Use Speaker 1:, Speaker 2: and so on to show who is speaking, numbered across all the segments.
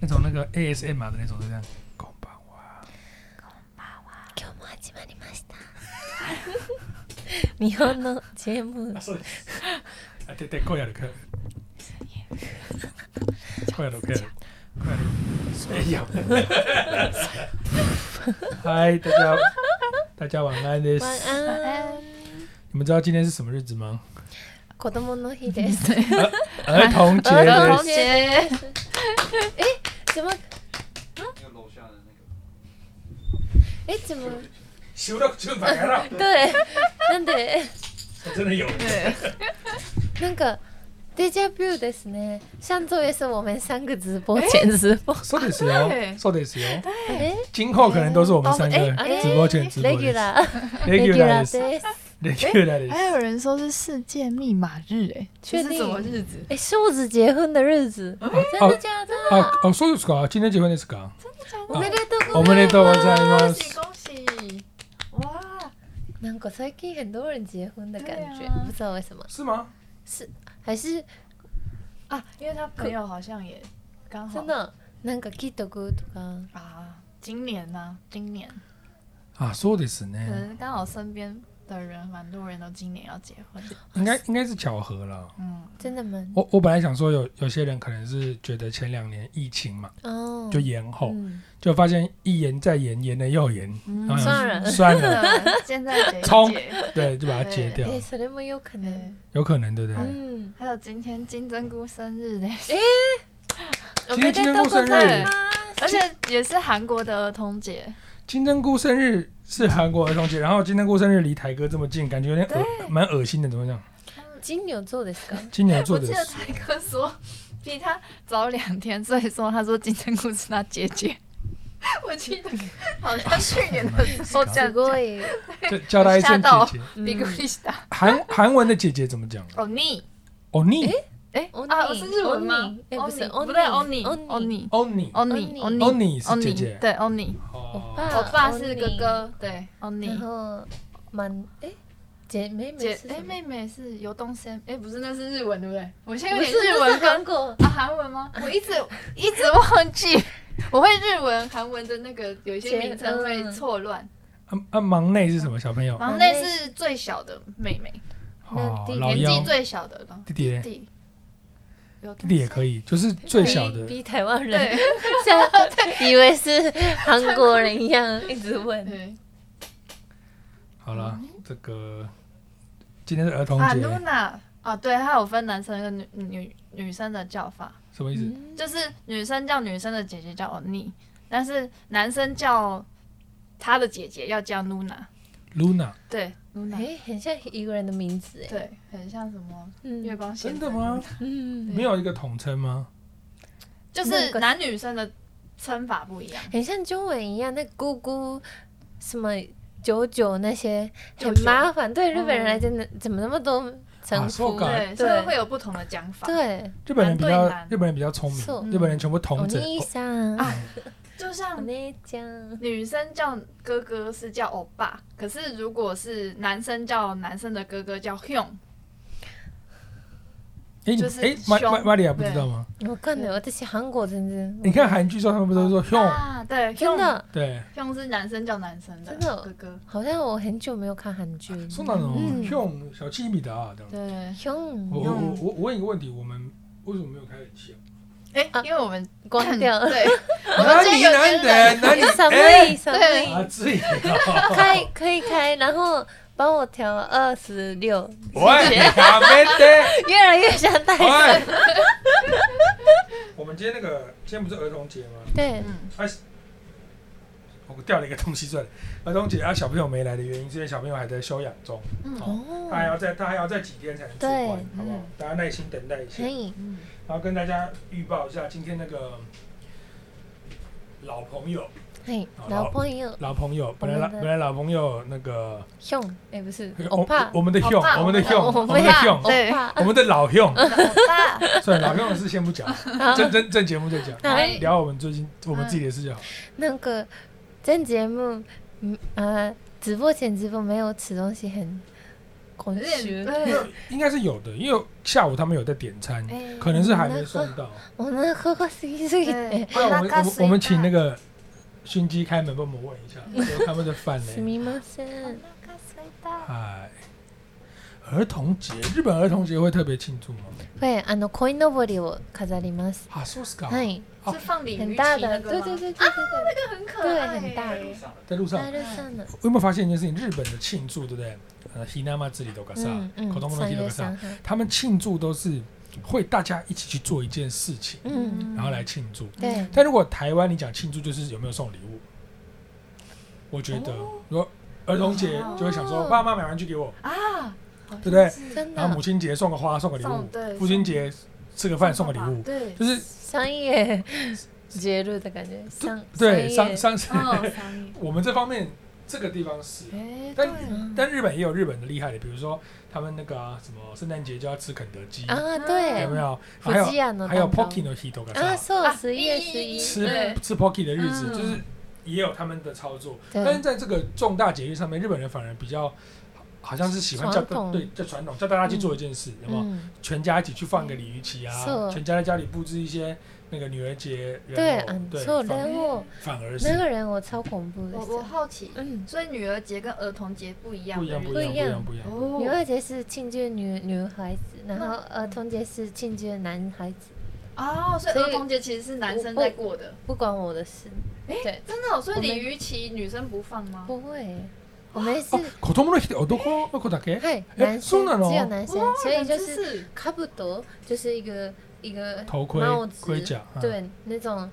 Speaker 1: 那种那个 ASM 的那种是这样。空吧，
Speaker 2: 今日も始まりました。 日本の JM
Speaker 1: あ、で、で、声やるか。声やる、声やる。声やる。いや。嗨，大家，大家晚安です。
Speaker 2: 晚安，
Speaker 1: 你们知道今天是什么日子吗？
Speaker 2: 子供の日です。
Speaker 1: 儿童节
Speaker 2: 儿
Speaker 1: です
Speaker 2: 童。节。哎，怎么？哎，怎么？
Speaker 1: 収録中だから。
Speaker 2: 对，なんで？
Speaker 1: 真的有。
Speaker 2: なんかデジャブですね。上周也是我们三个直播前直播。
Speaker 1: そうですよ
Speaker 3: 对。
Speaker 1: そうですよ。
Speaker 2: 哎
Speaker 1: 今后可能都是我们三个
Speaker 2: 哎
Speaker 1: 直播前直播です。
Speaker 2: ，regular regular
Speaker 1: です。
Speaker 2: です。
Speaker 1: regular です。
Speaker 3: 还有人说是世界密码日、哎，
Speaker 2: 确定
Speaker 3: 这是什么日子？
Speaker 2: 哎，秀子结婚的日子，真
Speaker 1: 哦
Speaker 2: 的假的？
Speaker 1: あ、あ、そうですか。今天结婚ですか。
Speaker 2: おめでとうございます。
Speaker 1: おめでとうございま
Speaker 3: 恭喜
Speaker 1: す。
Speaker 3: 恭喜！哇，
Speaker 2: なんか最近很多人结婚的感觉，
Speaker 3: 对啊
Speaker 2: 不知道为什么，
Speaker 1: 是吗？
Speaker 2: 是还是
Speaker 3: 啊，因为他朋友好像也刚好
Speaker 2: 真的なんか聞いとくとか、
Speaker 3: 啊，今年呢、今年
Speaker 1: 啊，そうです
Speaker 3: 可
Speaker 1: ね。
Speaker 3: 能刚好身边的人蛮多人都今年要结婚，
Speaker 1: 应该应该是巧合了。
Speaker 3: 嗯，
Speaker 2: 真的吗？
Speaker 1: 我我本来想说有有些人可能是觉得前两年疫情嘛，
Speaker 2: 哦，
Speaker 1: 就延后，
Speaker 2: 嗯，
Speaker 1: 就发现一延再延，延了又延，
Speaker 3: 嗯
Speaker 1: 然后
Speaker 2: 算了
Speaker 1: 算了，
Speaker 3: 对现在结一
Speaker 1: 冲
Speaker 3: 结
Speaker 1: 对，就把它截掉，
Speaker 2: 哎，それも有可能
Speaker 3: 对，，
Speaker 1: 有可能对不对？
Speaker 2: 嗯，
Speaker 3: 还有今天金针菇生日呢，
Speaker 2: お
Speaker 1: 今
Speaker 2: め
Speaker 1: 天
Speaker 2: で
Speaker 1: 金针菇
Speaker 2: とうご
Speaker 1: 生
Speaker 2: ざい
Speaker 1: 日
Speaker 2: ま，
Speaker 3: 而且也是韩国的儿童节，
Speaker 1: 金针菇生日是韩国儿童节，然后金针菇生日离台哥这么近，感觉有点恶，蛮恶心的，怎么讲？
Speaker 2: す。金牛座ですか？
Speaker 1: 金牛
Speaker 3: 我
Speaker 1: 座的
Speaker 3: 记得台哥说比他早两天，所以说他说金针菇是他姐姐。我记 得好像去年的时候这
Speaker 2: す
Speaker 3: 样
Speaker 2: ごい。
Speaker 1: 就叫她一声
Speaker 3: 吓到
Speaker 1: 姐姐。
Speaker 3: 比格丽
Speaker 2: 嗯
Speaker 3: 达
Speaker 1: 韩韩文的姐姐怎么讲？啊
Speaker 2: 哦
Speaker 3: 欧尼
Speaker 1: 欧尼
Speaker 3: 哎
Speaker 2: 欧尼
Speaker 3: 啊是日文
Speaker 2: 欧
Speaker 3: 吗
Speaker 2: 尼？哎不是欧
Speaker 3: 欧
Speaker 2: 尼
Speaker 3: 不对欧尼
Speaker 2: 欧尼
Speaker 3: 欧尼
Speaker 1: 欧尼
Speaker 3: 欧尼
Speaker 2: 欧
Speaker 3: 欧
Speaker 2: 尼
Speaker 3: 尼
Speaker 1: 欧尼是姐姐
Speaker 3: 对欧尼，
Speaker 1: 哦
Speaker 2: 啊
Speaker 3: 我爸是哥哥，对欧
Speaker 2: 然
Speaker 3: 尼
Speaker 2: 后满哎，姐妹妹
Speaker 3: 姐
Speaker 2: 是
Speaker 3: 哎
Speaker 2: 什么
Speaker 3: 妹妹是尤东森哎不是那是日文对不对？我现在有
Speaker 2: 不
Speaker 3: 点
Speaker 2: 是
Speaker 3: 日
Speaker 2: 那
Speaker 3: 文
Speaker 2: 是韩
Speaker 3: 跟
Speaker 2: 国
Speaker 3: 啊，韩文吗？我一直一直忘记，我会日文、韩文的那个有一些名称会错乱。
Speaker 1: 啊啊，忙内是什么小朋友？
Speaker 3: 忙内是最小的妹妹，
Speaker 1: 哦，
Speaker 2: 那
Speaker 1: 老
Speaker 3: 年
Speaker 1: 幺
Speaker 3: 纪最小的，然后
Speaker 1: 弟弟嘞
Speaker 3: 弟
Speaker 1: 弟
Speaker 3: 弟
Speaker 1: 弟也可以，就是最小的
Speaker 2: 比比台湾人，
Speaker 3: 对
Speaker 2: 吓以为是韩国人一样，一直问。
Speaker 3: 对
Speaker 1: 好了，这个今天是儿童
Speaker 3: 啊
Speaker 1: 节，
Speaker 3: ，Luna 啊，对，它有分男生跟女女女生的叫法，
Speaker 1: 什么意思？
Speaker 2: 嗯
Speaker 3: 就是女生叫女生的姐姐叫 Oni，但是男生叫他的姐姐要叫 Luna，
Speaker 1: Luna，
Speaker 3: 对，Luna，
Speaker 2: 哎，很像一个人的名字 음.哎。
Speaker 3: 对，很像什么月
Speaker 2: 嗯
Speaker 3: 光啊仙
Speaker 1: 真
Speaker 3: 子
Speaker 1: 的吗？
Speaker 2: 嗯。
Speaker 1: 没有一个统称吗？
Speaker 3: 就是男女生的称法不一样。
Speaker 2: 很像中文一样，那姑姑什么九九那些很
Speaker 3: 九九
Speaker 2: 麻烦，对
Speaker 3: 嗯
Speaker 2: 日本人来讲，那怎么那么多称
Speaker 1: 啊？
Speaker 2: 呼
Speaker 1: そう
Speaker 3: 对，所以会有不同的讲法。，
Speaker 2: 对，
Speaker 1: 日本人比较
Speaker 3: 男对男
Speaker 1: 日本人比较聪
Speaker 2: 是
Speaker 1: 明，日本人全部哦
Speaker 2: 我
Speaker 1: 统整。
Speaker 2: 尼桑
Speaker 3: 啊就
Speaker 2: 我
Speaker 3: 像
Speaker 2: 那讲，
Speaker 3: 女生叫哥哥是叫欧巴，可是如果是男生叫男生的哥哥叫 hun，
Speaker 1: 哎，你
Speaker 3: 就是
Speaker 1: 哎，玛
Speaker 3: 凶
Speaker 1: 玛玛利亚不知道吗？
Speaker 2: 我看的我这些韩国真的，
Speaker 1: 你看韩剧之后，他们不都说 “hyung”？
Speaker 3: 啊，对，
Speaker 2: 真
Speaker 3: hun
Speaker 2: 的
Speaker 1: 对，
Speaker 3: hun 是男生叫男生的
Speaker 2: 真的
Speaker 3: 哥哥，
Speaker 2: 好像我很久没有看韩剧。
Speaker 1: 说那种
Speaker 2: 嗯
Speaker 1: “hyung” 小气一米的啊，这样。
Speaker 3: 对，
Speaker 2: 熊
Speaker 1: 我我我我问一个问题，我们为什么没有开冷气啊？
Speaker 2: 啊
Speaker 3: 哎，因为我们
Speaker 2: 关掉，
Speaker 3: 对，我
Speaker 1: 哪
Speaker 3: 们这
Speaker 1: 里
Speaker 3: 有
Speaker 1: 难
Speaker 3: 些
Speaker 1: 得
Speaker 3: 人
Speaker 1: 哪里
Speaker 2: 什么
Speaker 1: 哎
Speaker 2: 意思？
Speaker 3: 对
Speaker 1: 啊，自己啊
Speaker 2: 开可以开，然后帮我调二十 六，
Speaker 1: 喂，阿妹的。
Speaker 2: 越来越想带。
Speaker 1: 哎， 我们今天那个，今天不是儿童节吗？
Speaker 2: 对，
Speaker 3: 嗯，
Speaker 1: 哎，我掉了一个东西出来。儿童节啊，小朋友没来的原因是因为小朋友还在休养中，他还
Speaker 2: 哦，
Speaker 1: 要再他还要再几天才能出
Speaker 2: 对嗯
Speaker 1: 关，好不好？大家耐心等待一下
Speaker 2: 可。以，
Speaker 3: 嗯
Speaker 1: 然后跟大家预报一下，今天那个老朋友，
Speaker 2: 可以
Speaker 1: 好，
Speaker 2: 老朋友。
Speaker 1: 老朋友，本来
Speaker 2: 我
Speaker 1: 老
Speaker 2: 们的
Speaker 1: 本来老朋友那个，
Speaker 2: 熊，哎、不是，
Speaker 1: 我
Speaker 2: 欧巴，
Speaker 1: 我们的
Speaker 3: 欧巴
Speaker 1: Hyung，我们的
Speaker 3: 我
Speaker 1: Hyung，我
Speaker 3: 们
Speaker 1: 们的
Speaker 3: 欧巴
Speaker 1: Hyung，
Speaker 3: 对
Speaker 2: 欧巴，
Speaker 1: 我们的老 Hyung，
Speaker 3: 欧巴，
Speaker 1: 算了，老 Hyung 的事先不 讲，正正正节目再讲。
Speaker 3: 哎
Speaker 2: はい
Speaker 1: 聊我们最近我们自己的事情好了。
Speaker 2: 那个真节目，嗯呃，直播前直播没有吃东西很空
Speaker 3: 有点
Speaker 2: 虚。
Speaker 1: 没有
Speaker 3: 对，
Speaker 1: 应该是有的，因为下午他们有在点餐，
Speaker 3: 嗯哎
Speaker 1: 可能是还没送到。
Speaker 2: 我们喝过すぎすぎて。
Speaker 3: 哦
Speaker 1: 不然我们我们我们请那
Speaker 3: 个。
Speaker 1: 个熏鸡开门帮我们问一 下，有他们的饭
Speaker 2: す
Speaker 1: 呢？
Speaker 2: みませ
Speaker 3: 嗯
Speaker 2: ん。
Speaker 1: 嗨，儿童节，日本儿童节会特别庆祝吗？
Speaker 2: 会あの鯉のぼりを飾ります。
Speaker 1: 啊，说是搞
Speaker 2: はい。
Speaker 3: 是放鲤鱼
Speaker 2: 很
Speaker 3: 旗
Speaker 2: 大
Speaker 3: 那
Speaker 2: 的，
Speaker 3: 个
Speaker 2: 对
Speaker 3: 吗
Speaker 2: 对对对对
Speaker 3: 这个很可
Speaker 2: 对，
Speaker 3: 爱，
Speaker 2: 很大。
Speaker 1: 在路上
Speaker 2: 大，热上的，
Speaker 1: 我有没有发现一件事情？日本的庆祝，对不对？呃，ひなまつりとかさ
Speaker 2: 嗯，
Speaker 1: 口
Speaker 2: 嗯，
Speaker 1: 头の
Speaker 2: 三
Speaker 1: 日と
Speaker 2: 月
Speaker 1: かさ
Speaker 2: 三，号，
Speaker 1: 他们庆祝都是会大家一起去做一件事情，
Speaker 2: 嗯，
Speaker 1: 然后来庆祝。
Speaker 2: 对，
Speaker 1: 但如果台湾你讲庆祝，就是有没有送礼物？我觉得，如果儿童节就会想说，
Speaker 2: 哦
Speaker 1: 爸妈买玩具给我，
Speaker 3: 啊，
Speaker 1: 对不
Speaker 3: 对
Speaker 1: 对？
Speaker 2: 真
Speaker 1: 然后
Speaker 2: 的
Speaker 1: 母，亲节送个花，送个礼
Speaker 3: 送
Speaker 1: 物；
Speaker 3: 对
Speaker 1: 父亲节吃个饭，送个礼物。
Speaker 3: 对，
Speaker 1: 就是
Speaker 2: 商业节日的感觉，商
Speaker 1: 对
Speaker 2: 商
Speaker 1: 商
Speaker 2: 业
Speaker 1: 商，
Speaker 3: 哦，商业
Speaker 1: 我们这方面这个地方是，
Speaker 3: 哎，
Speaker 1: 但
Speaker 3: 对，
Speaker 2: 嗯
Speaker 1: 但日本也有日本的厉害的，比如说他们那个啊什么圣诞节就要吃肯德基，
Speaker 2: 啊，
Speaker 1: 有没
Speaker 2: 对，
Speaker 1: 有？
Speaker 2: 不
Speaker 1: 还有
Speaker 2: 吉亚呢，
Speaker 1: 还有
Speaker 2: 蛋糕
Speaker 1: Pocky 的 h i t o
Speaker 2: 啊，そう、
Speaker 3: 啊
Speaker 2: 十一月十一，
Speaker 1: 吃
Speaker 3: 对
Speaker 1: 吃 Pocky 的日子，
Speaker 3: 嗯
Speaker 1: 就是也有他们的操作。但是
Speaker 2: 对，
Speaker 1: 在这个重大节日上面，日本人反而比较好像是喜欢叫
Speaker 2: 传统
Speaker 1: 对叫传统，叫大家去做一件事，有没有？
Speaker 2: 嗯，
Speaker 1: 全家一起去放个鲤鱼旗啊，
Speaker 2: 是
Speaker 1: 全家在家里布置一些那个女儿节
Speaker 2: 对，
Speaker 1: 人偶，
Speaker 2: 嗯，
Speaker 1: 对，
Speaker 2: そう、
Speaker 1: 反
Speaker 2: 然后
Speaker 1: 反而
Speaker 2: 那
Speaker 1: 是
Speaker 2: 个人我超恐怖的
Speaker 3: 我，我好奇，
Speaker 2: 嗯，
Speaker 3: 所以女儿节跟儿童节不一样
Speaker 1: 不
Speaker 3: 的
Speaker 1: 一样，
Speaker 3: 日
Speaker 1: 不
Speaker 3: 子，
Speaker 1: 一样，不
Speaker 2: 不
Speaker 1: 一
Speaker 2: 一样
Speaker 1: 样，不一样。
Speaker 2: 女
Speaker 3: 哦
Speaker 2: 儿节是庆祝女女孩子，然后儿童节是庆祝男孩子，
Speaker 3: 哦，所以
Speaker 2: 所以
Speaker 3: 儿童节其实是男生在过的，
Speaker 2: 不关我的事，对，
Speaker 3: 真的哦，所以
Speaker 2: 我们
Speaker 3: 鲤鱼旗女生不放吗？
Speaker 2: 不会，我们是
Speaker 1: 哦，口头の日って男の子だけ？
Speaker 2: 嗨
Speaker 1: 哎
Speaker 2: 男
Speaker 1: そう
Speaker 2: 生，
Speaker 1: なの
Speaker 2: 只有男生，所以就
Speaker 3: 冷哦知
Speaker 2: 是嗯
Speaker 3: 识
Speaker 2: 卡布多就是一个一个
Speaker 1: 头盔
Speaker 2: 帽子、
Speaker 1: 盔甲啊
Speaker 2: 对，那种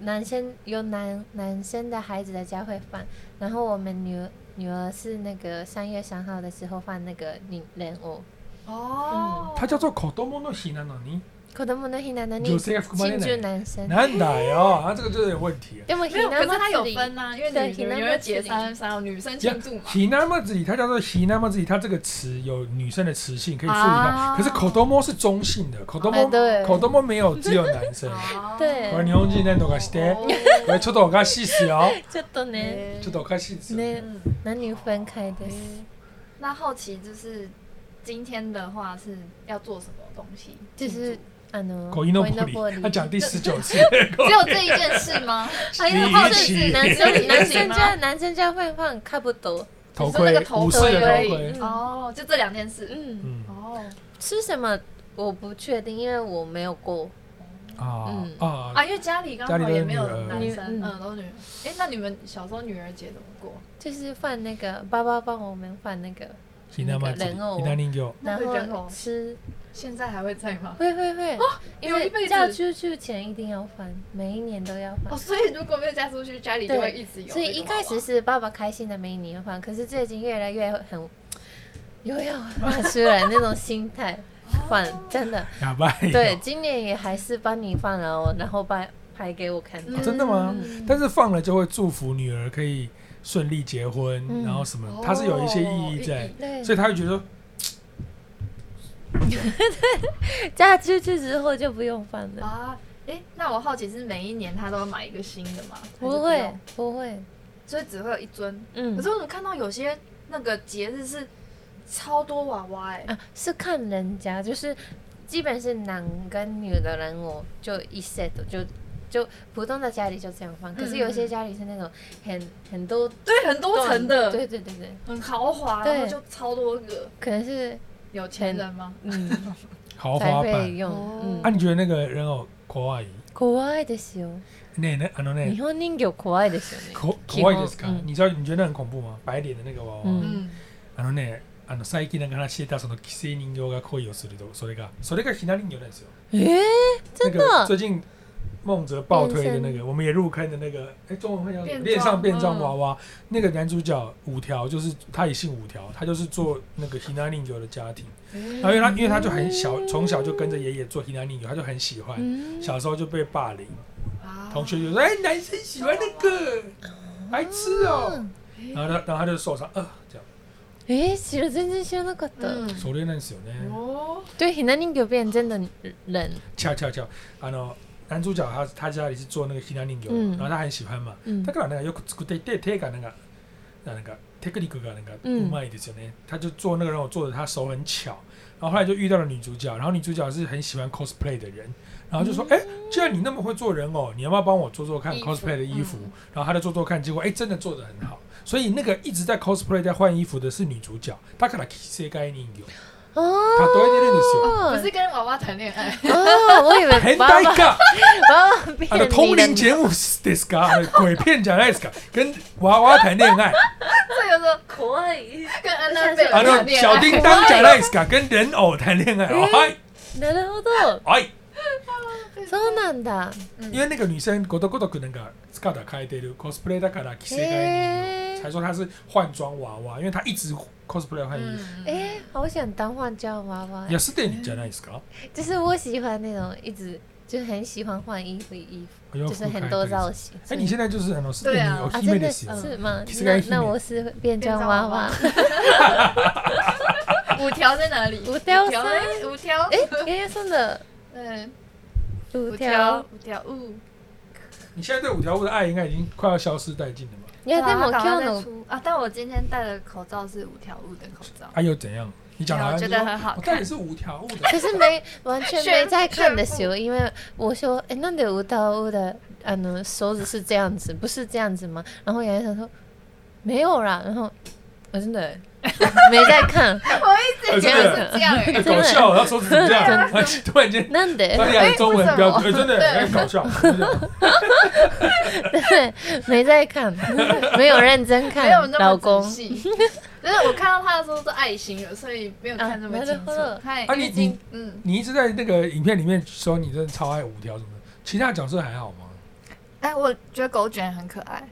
Speaker 2: 男生有男男生的孩子的家会放，然后我们女儿女儿是那个三月三号的时候放那个女人偶。
Speaker 3: 哦，
Speaker 1: 它叫做口头の日なのに，
Speaker 2: 子供の日なのに
Speaker 1: 女性が含まれ
Speaker 2: 庆
Speaker 1: ない。
Speaker 2: 祝男生，
Speaker 1: なんだよ，啊，这个就有点问题。
Speaker 2: でもひ
Speaker 3: 没有，可
Speaker 2: な
Speaker 3: 是
Speaker 2: 祭
Speaker 3: 它有
Speaker 2: り
Speaker 3: 分啊，因为
Speaker 2: 对
Speaker 3: 女
Speaker 2: ひな
Speaker 3: 女儿节
Speaker 2: 祭り
Speaker 3: 三三女生庆祝嘛，
Speaker 1: ひなまつり，它叫做ひなまつり，它这个词有女生的词性，可以赋予它。
Speaker 3: 啊
Speaker 1: 可是口头摸是中性的，口头
Speaker 2: 哎
Speaker 1: 摸
Speaker 2: 对
Speaker 1: 口头摸没有，只有男生。
Speaker 3: 哦
Speaker 2: 对
Speaker 1: これ日本人なんとかして、これちょっとおかしいっすよ。
Speaker 2: ちょっとね、
Speaker 1: ちょっとおかしいっすよ。
Speaker 2: ね
Speaker 3: 嗯，
Speaker 2: 男女分开的。
Speaker 3: 那好奇就是今天的话是要做什么东西？
Speaker 2: 就是あの
Speaker 1: 口音の
Speaker 2: 恋
Speaker 1: 玻璃，他讲第十九次。
Speaker 3: 只有这一件事 吗？
Speaker 1: 哎呀好
Speaker 3: 好
Speaker 1: 奇
Speaker 3: 奇
Speaker 1: 是
Speaker 2: 男生男生
Speaker 3: 吗？
Speaker 2: 家男生家会放卡布多，
Speaker 1: 头
Speaker 3: 你说那
Speaker 1: 盔
Speaker 3: 个，头
Speaker 1: 武士
Speaker 3: 盔
Speaker 1: 的
Speaker 3: 而
Speaker 1: 头
Speaker 3: 已
Speaker 1: 盔。
Speaker 2: 嗯
Speaker 3: 哦，就这两件事。
Speaker 2: 嗯，
Speaker 1: 嗯
Speaker 3: 哦，
Speaker 2: 吃什么我不确定，因为我没有过。
Speaker 1: 啊
Speaker 2: 嗯
Speaker 1: 啊，
Speaker 3: 啊，因为家里刚
Speaker 1: 家里
Speaker 3: 好
Speaker 1: 都是
Speaker 3: 也没有
Speaker 1: 女儿
Speaker 3: 男生，
Speaker 2: 女
Speaker 3: 嗯，都是女儿。哎，那你们小时候女儿节怎么过？
Speaker 2: 就是放那个爸爸帮我们放那个，
Speaker 1: ひなまつり、
Speaker 2: 人偶
Speaker 1: ひな人形。
Speaker 3: 那
Speaker 2: 然
Speaker 3: 会人偶
Speaker 2: 后吃，
Speaker 3: 现在还会在 吗？
Speaker 2: 会会会，因
Speaker 3: 哦有一
Speaker 2: 为
Speaker 3: 辈子
Speaker 2: 嫁出去前一定要放，每一年都要
Speaker 3: 哦，
Speaker 2: 放。
Speaker 3: 所以如果没有嫁出去，家里就会一直有这个娃娃。
Speaker 2: 所以一开始是爸爸开心的每一年放，可是最近越来越 很又要放出来那种心态放，
Speaker 3: 哦
Speaker 2: 真的。
Speaker 1: やばいよ。
Speaker 2: 对，今年也还是帮你放了哦，然后拍拍给我看。
Speaker 3: 嗯
Speaker 1: 哦真的吗但是放了就会祝福女儿可以顺利结婚，
Speaker 2: 嗯
Speaker 1: 然后什么，它是有一些意义在，
Speaker 2: 对，
Speaker 1: 所以他会觉得
Speaker 2: 嫁出去之后就不用放了。
Speaker 3: 啊。哎，那我好奇是每一年他都要买一个新的吗？还是
Speaker 2: 不会，，不会，
Speaker 3: 所以只会有一尊。可
Speaker 2: 嗯
Speaker 3: 是，我怎么看到有些那个节日是超多娃娃哎、
Speaker 2: 啊，是看人家，就是基本是男跟女的人偶就一 set 就就普通的家里就这样放，可是有些家里是那种很很多
Speaker 3: 对，很多层的，
Speaker 2: 对对对对，
Speaker 3: 很豪华，
Speaker 2: 对
Speaker 3: 然后就超多个。
Speaker 2: 可能是
Speaker 3: 有钱人吗？
Speaker 2: 嗯
Speaker 1: 豪
Speaker 2: 才
Speaker 1: 华
Speaker 2: 会
Speaker 1: 版。
Speaker 2: 用，
Speaker 3: 哦
Speaker 1: 啊，
Speaker 2: 嗯，
Speaker 1: 你觉得那个人偶怖い？
Speaker 2: 怖いですよ。
Speaker 1: 那那あの
Speaker 2: 日
Speaker 1: ね、
Speaker 2: 本人形怖いですよ ね。
Speaker 1: 怖
Speaker 2: 基
Speaker 1: 怖
Speaker 2: 本
Speaker 1: いですか？
Speaker 2: 嗯
Speaker 1: 你知道你觉得很恐怖吗？白脸的那个娃娃。
Speaker 2: 嗯
Speaker 3: 嗯，
Speaker 1: あのね、あの最近なんか話してたその既成人形が恋をすると、それがそれがひな人形なんですよ。
Speaker 2: 诶，
Speaker 1: 那
Speaker 2: 真
Speaker 1: 个
Speaker 2: 的
Speaker 1: 最近孟哲爆推的那个，我们也入坑的那个，哎，中文会叫什么
Speaker 3: 变装
Speaker 1: 恋上变装
Speaker 3: 嗯
Speaker 1: 娃娃，那个男主角五条就是他也姓五条，他就是做那
Speaker 3: 嗯
Speaker 1: 个 Hina 令酒的家庭，然后因为他因为他就很小，从小就跟着爷爷做 Hina 令酒，他就很喜欢，
Speaker 2: 嗯
Speaker 1: 小时候就被霸凌，
Speaker 3: 啊
Speaker 1: 同学就说哎男生喜欢那个，白痴哦，
Speaker 3: 哎
Speaker 1: 然后他然后他就受伤，呃，这样，
Speaker 2: 诶，知ら全然知らなかった。
Speaker 3: 嗯
Speaker 1: 熟练认识有呢。
Speaker 3: 哦，
Speaker 2: 对，很难人给变真的人，
Speaker 1: 恰恰恰，あの男主角他他家里是做那个ひな人形，
Speaker 2: 嗯
Speaker 1: 然后他很喜欢嘛。
Speaker 2: 嗯
Speaker 1: だからなんかよく作っていて手がなんかなんかテクニックがなんか
Speaker 2: 嗯
Speaker 1: うまいですよね。他就做那个人偶做的，他手很巧。然后后来就遇到了女主角，然后女主角是很喜欢 cosplay 的人，然后就说：“哎、既然你那么会做人哦偶，你要不要帮我做做看
Speaker 3: 衣服
Speaker 1: cosplay 的衣服
Speaker 3: 嗯？”
Speaker 1: 然后他就做做看，结果哎、真的做的很好。所以那个一直在 cosplay 在换衣服的是女主角，她可能 K 概念有，
Speaker 2: 哦，
Speaker 1: 她都会在那里手。
Speaker 3: 不是跟娃娃谈恋爱，
Speaker 2: 哦，我以为
Speaker 1: 変
Speaker 2: 娃
Speaker 1: 態
Speaker 2: 娃
Speaker 1: か
Speaker 2: 娃娃啊变
Speaker 1: あの啊通
Speaker 2: 你
Speaker 1: 灵
Speaker 2: 的
Speaker 1: 节目ですか？啊鬼片じゃないですか？跟娃娃谈恋爱，
Speaker 3: 这有种
Speaker 2: 可愛い。
Speaker 3: 跟安娜贝
Speaker 1: あ
Speaker 3: 尔
Speaker 1: の
Speaker 3: 谈恋
Speaker 1: 小叮
Speaker 3: 爱。
Speaker 1: 当じゃないですか？跟人偶谈恋爱，哦嗨
Speaker 2: なるほど。
Speaker 1: 嗨，
Speaker 2: そうなんだ。
Speaker 1: 因为那个女生ごとごとくなんかスカート変えてる cosplay だから着せ替え
Speaker 2: へ
Speaker 1: に
Speaker 2: ー
Speaker 1: 才说她是换装娃娃，因为她一直 cosplay 换衣服。
Speaker 3: 嗯，
Speaker 2: 哎，好想当换装娃娃
Speaker 1: 也。是对你じゃないですか？
Speaker 2: 就是我喜欢那种一直就很喜欢换衣服衣服，
Speaker 1: 哎呦
Speaker 2: 就是很多造。型。
Speaker 1: 哎，你现在就是很多是
Speaker 3: 对
Speaker 1: 你
Speaker 3: 啊
Speaker 1: 有
Speaker 2: 啊，
Speaker 1: 姫
Speaker 2: 真
Speaker 1: 的
Speaker 2: 的
Speaker 1: 形
Speaker 2: 是吗
Speaker 1: キ？スが
Speaker 2: 那
Speaker 1: 姫
Speaker 2: 那我是变装娃娃。
Speaker 3: 五条在哪里？
Speaker 2: 五条山
Speaker 3: 哎五条，
Speaker 2: 哎，爷爷送的
Speaker 3: 嗯，
Speaker 2: 五
Speaker 3: 五条
Speaker 2: 条，，
Speaker 3: 五条悟，
Speaker 1: 你现在对五条悟的爱应该已经快要消失殆尽了吧？
Speaker 2: 你
Speaker 3: 啊
Speaker 2: 要在某 Q
Speaker 3: 的
Speaker 2: 呢？
Speaker 3: 出啊！但我今天戴的口罩是五条悟的口 罩，
Speaker 1: 啊又怎样？你讲
Speaker 3: 没有
Speaker 1: 来，
Speaker 3: 我觉得很好
Speaker 1: 我
Speaker 3: 看
Speaker 1: 到底是五条悟 的。
Speaker 2: 可是没完全没在看的时候，因为我说，哎、那得舞蹈舞的，啊，呢手指是这样子，不是这样子吗？然后杨医生说没有啦，然后我真的、 没在看，
Speaker 3: 我
Speaker 1: 哎
Speaker 3: 一直觉
Speaker 1: 真
Speaker 3: 得
Speaker 1: 的
Speaker 3: 是这样哎，
Speaker 1: 太搞笑了，他手指这样，他突然间，
Speaker 2: 那
Speaker 1: 他
Speaker 2: 得
Speaker 1: 俩的中文标准，
Speaker 3: 哎
Speaker 1: 哎，真的
Speaker 3: 对
Speaker 1: 很搞笑。真的
Speaker 2: 对没在看，没有认真
Speaker 3: 欸 没有
Speaker 2: 看，
Speaker 3: 那
Speaker 2: 老
Speaker 3: 么
Speaker 2: 公
Speaker 3: 仔细。 就是我看到他的时候是爱心了，所以没有看那么清楚
Speaker 2: 啊なるほ。ど
Speaker 3: 看
Speaker 1: 啊，你
Speaker 3: 浴巾
Speaker 1: 你，
Speaker 3: 嗯，
Speaker 1: 你一直在那个影片里面说你真的超爱五条什么的，其他角色还好吗？
Speaker 3: 哎，我觉得狗卷很可爱。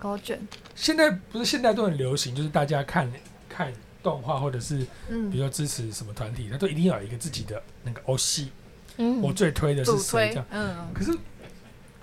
Speaker 3: 狗卷，
Speaker 1: 现在不是现在都很流行，就是大家看看动画或者是比
Speaker 3: 嗯，
Speaker 1: 如说支持什么团体，他都一定要有一个自己的那个欧系，我
Speaker 2: 嗯，
Speaker 1: 最推的是
Speaker 3: 主
Speaker 1: 谁这
Speaker 3: 推
Speaker 1: 样？，
Speaker 3: 嗯，
Speaker 1: 可是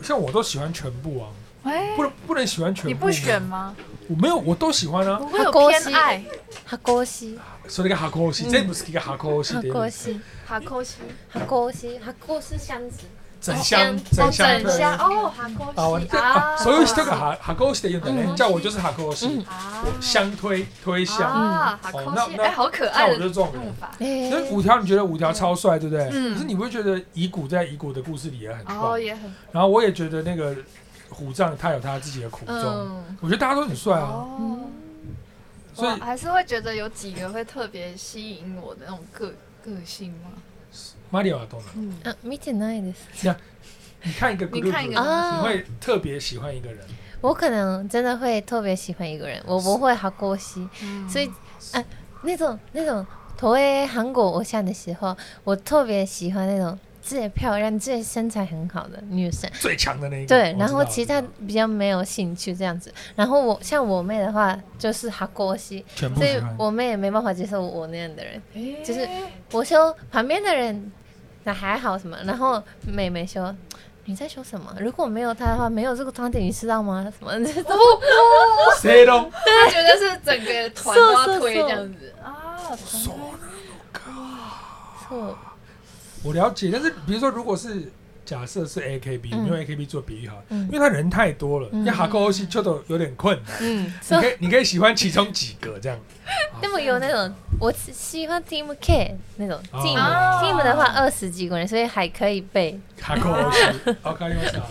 Speaker 1: 像我都喜欢全部啊，
Speaker 3: 喂，
Speaker 1: 不能不能喜欢全部
Speaker 3: 你
Speaker 1: 吗？
Speaker 3: 不选吗？
Speaker 1: 我没有，我都喜欢啊。
Speaker 3: 不会有偏爱，
Speaker 2: 哈勾西，
Speaker 1: それが箱推し、全部好きが箱推し
Speaker 2: 哈
Speaker 1: で
Speaker 2: 勾西，
Speaker 3: 嗯哈扣西，
Speaker 2: 哈勾西，哈勾是箱子，
Speaker 1: 整箱
Speaker 3: 哦，
Speaker 1: 整箱
Speaker 3: 整
Speaker 1: 推
Speaker 3: 箱哦，哈
Speaker 1: あ、
Speaker 3: 扣
Speaker 1: 我
Speaker 3: 西
Speaker 1: あ、
Speaker 3: 啊，
Speaker 1: 所有人がは箱推しって言うんだね。
Speaker 2: 嗯
Speaker 1: じゃあ我就是箱推し
Speaker 2: 嗯，
Speaker 3: 啊，
Speaker 1: 箱推推箱。
Speaker 3: 啊，哈
Speaker 1: 哦
Speaker 3: 扣
Speaker 1: 那
Speaker 3: 西，
Speaker 1: 那
Speaker 3: 哎，好可
Speaker 1: 那
Speaker 3: 爱
Speaker 1: 我就是
Speaker 3: 的
Speaker 1: 这种
Speaker 3: 用
Speaker 1: 人。
Speaker 3: 法。
Speaker 2: 哎、
Speaker 1: 那五条你觉得五条超帅，对不对？
Speaker 3: 嗯
Speaker 1: 可是你不会觉得乙骨在乙骨的故事里也很
Speaker 3: 哦，
Speaker 1: 棒？
Speaker 3: 也很
Speaker 1: 然后我也觉得那个虎杖他有他自己的苦衷，
Speaker 3: 嗯，
Speaker 1: 我觉得大家都很帅啊。
Speaker 3: 哦
Speaker 2: 嗯，
Speaker 1: 所
Speaker 3: 我
Speaker 1: 以
Speaker 3: 还是会觉得有几个会特别吸引我的那种个个性吗？
Speaker 1: 马里奥懂了。
Speaker 3: 嗯，
Speaker 2: 啊，見てないです。
Speaker 1: 你看一个 group，
Speaker 3: 你看一个
Speaker 1: 你
Speaker 2: 啊
Speaker 1: 会特别喜欢一个人。
Speaker 2: 我可能真的会特别喜欢一个人，我不会哈勾西，
Speaker 1: 嗯
Speaker 2: 所以啊，那种那种投诶韩国偶像的时候，我特别喜欢那种最漂亮、最身材很好的女生。
Speaker 1: 最强的那一个，
Speaker 2: 对
Speaker 1: 哎我，
Speaker 2: 然
Speaker 1: 知
Speaker 2: 后
Speaker 1: 道
Speaker 2: 其他比较没有兴趣这样子。然后我像我妹的话，就是哈勾西，
Speaker 1: 全部
Speaker 2: 所
Speaker 1: 喜
Speaker 2: 以
Speaker 1: 欢。
Speaker 2: 我妹也没办法接受我那样的人。
Speaker 3: 以
Speaker 2: 就是我说旁边的人那还好什么，然后妹妹说你在说什么？如果没有他的话，没有这个团体，你知道吗？什么这种。
Speaker 1: 谁都
Speaker 3: 他觉得是整个团都要推 这样子啊，
Speaker 1: そう
Speaker 3: 团
Speaker 1: なのか。
Speaker 2: そう
Speaker 1: 我了解，但是比如说，如果是假设是 AKB，、我
Speaker 2: 嗯
Speaker 1: 们用 AKB 做比喻哈，
Speaker 2: 嗯
Speaker 1: 因为他人太多了，
Speaker 2: 嗯
Speaker 1: 要哈勾西就都有点困难。
Speaker 2: 嗯，
Speaker 1: 你
Speaker 2: 所
Speaker 1: 可
Speaker 2: 以
Speaker 1: 以你可以喜欢其中几个这样，
Speaker 3: 哦
Speaker 2: 那么有那种哦我只喜欢 Team K 那种
Speaker 1: 哦
Speaker 2: Team、
Speaker 3: 哦
Speaker 2: Team 的话二十几个人，所以还可以背。
Speaker 1: 哈勾 西。OK，我知道。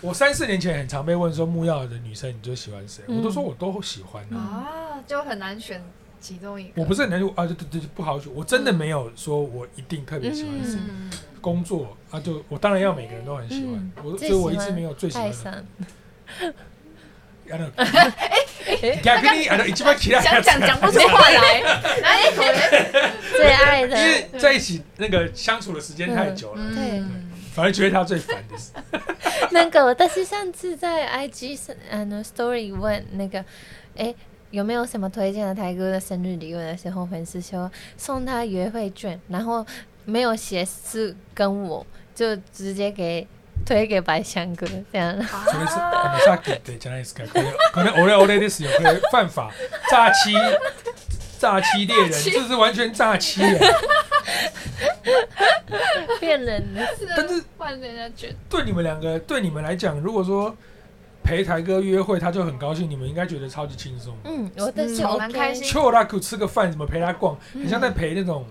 Speaker 1: 我三四年前很常被问说木曜的女生你最喜欢谁，
Speaker 2: 嗯
Speaker 1: 我都说我都喜欢啊。
Speaker 3: 啊，就很难选其中一个。
Speaker 1: 我不是很难啊，对对对，不好选。我真的没有说我一定特别喜欢谁。
Speaker 3: 嗯，
Speaker 1: 工作啊，就我当然要每个人都很喜欢，
Speaker 2: 嗯
Speaker 1: 我所
Speaker 2: 最
Speaker 1: 以我一
Speaker 2: 喜
Speaker 1: 直
Speaker 2: 欢
Speaker 1: 没有最喜欢
Speaker 2: 泰
Speaker 1: 的。
Speaker 2: 山，
Speaker 1: あの 逆にあの一番嫌いな
Speaker 3: 想
Speaker 1: やつ
Speaker 3: 讲讲不出话来， 来口
Speaker 2: 最爱的
Speaker 1: 因为在一起那个相处的时间太久了，
Speaker 3: 嗯
Speaker 2: 对
Speaker 1: 反而觉得他最烦的是，
Speaker 2: 那个，私上次在 IG 上啊那 Story 问那个，哎。有没有什么推荐的台哥的生日礼物的时候，粉丝说送他约会券，然后没有写是跟我，就直接给推给白香哥这样。
Speaker 1: そ れ
Speaker 3: 啊
Speaker 1: あのさっき言ったじゃないですか。これこれ俺俺ですよ。これ犯法诈欺诈欺猎人，这是完全诈欺耶。
Speaker 2: 骗人的，
Speaker 1: 但是
Speaker 3: 换人家觉得
Speaker 1: 对你们两个对你们来讲，如果说陪台哥约会，他就很高兴，你们应该觉得超级轻松。
Speaker 2: 嗯，我的是
Speaker 3: 嗯
Speaker 2: OK
Speaker 3: 蛮开心
Speaker 1: 秋拉苦吃个饭，怎么陪他逛，很像在陪那种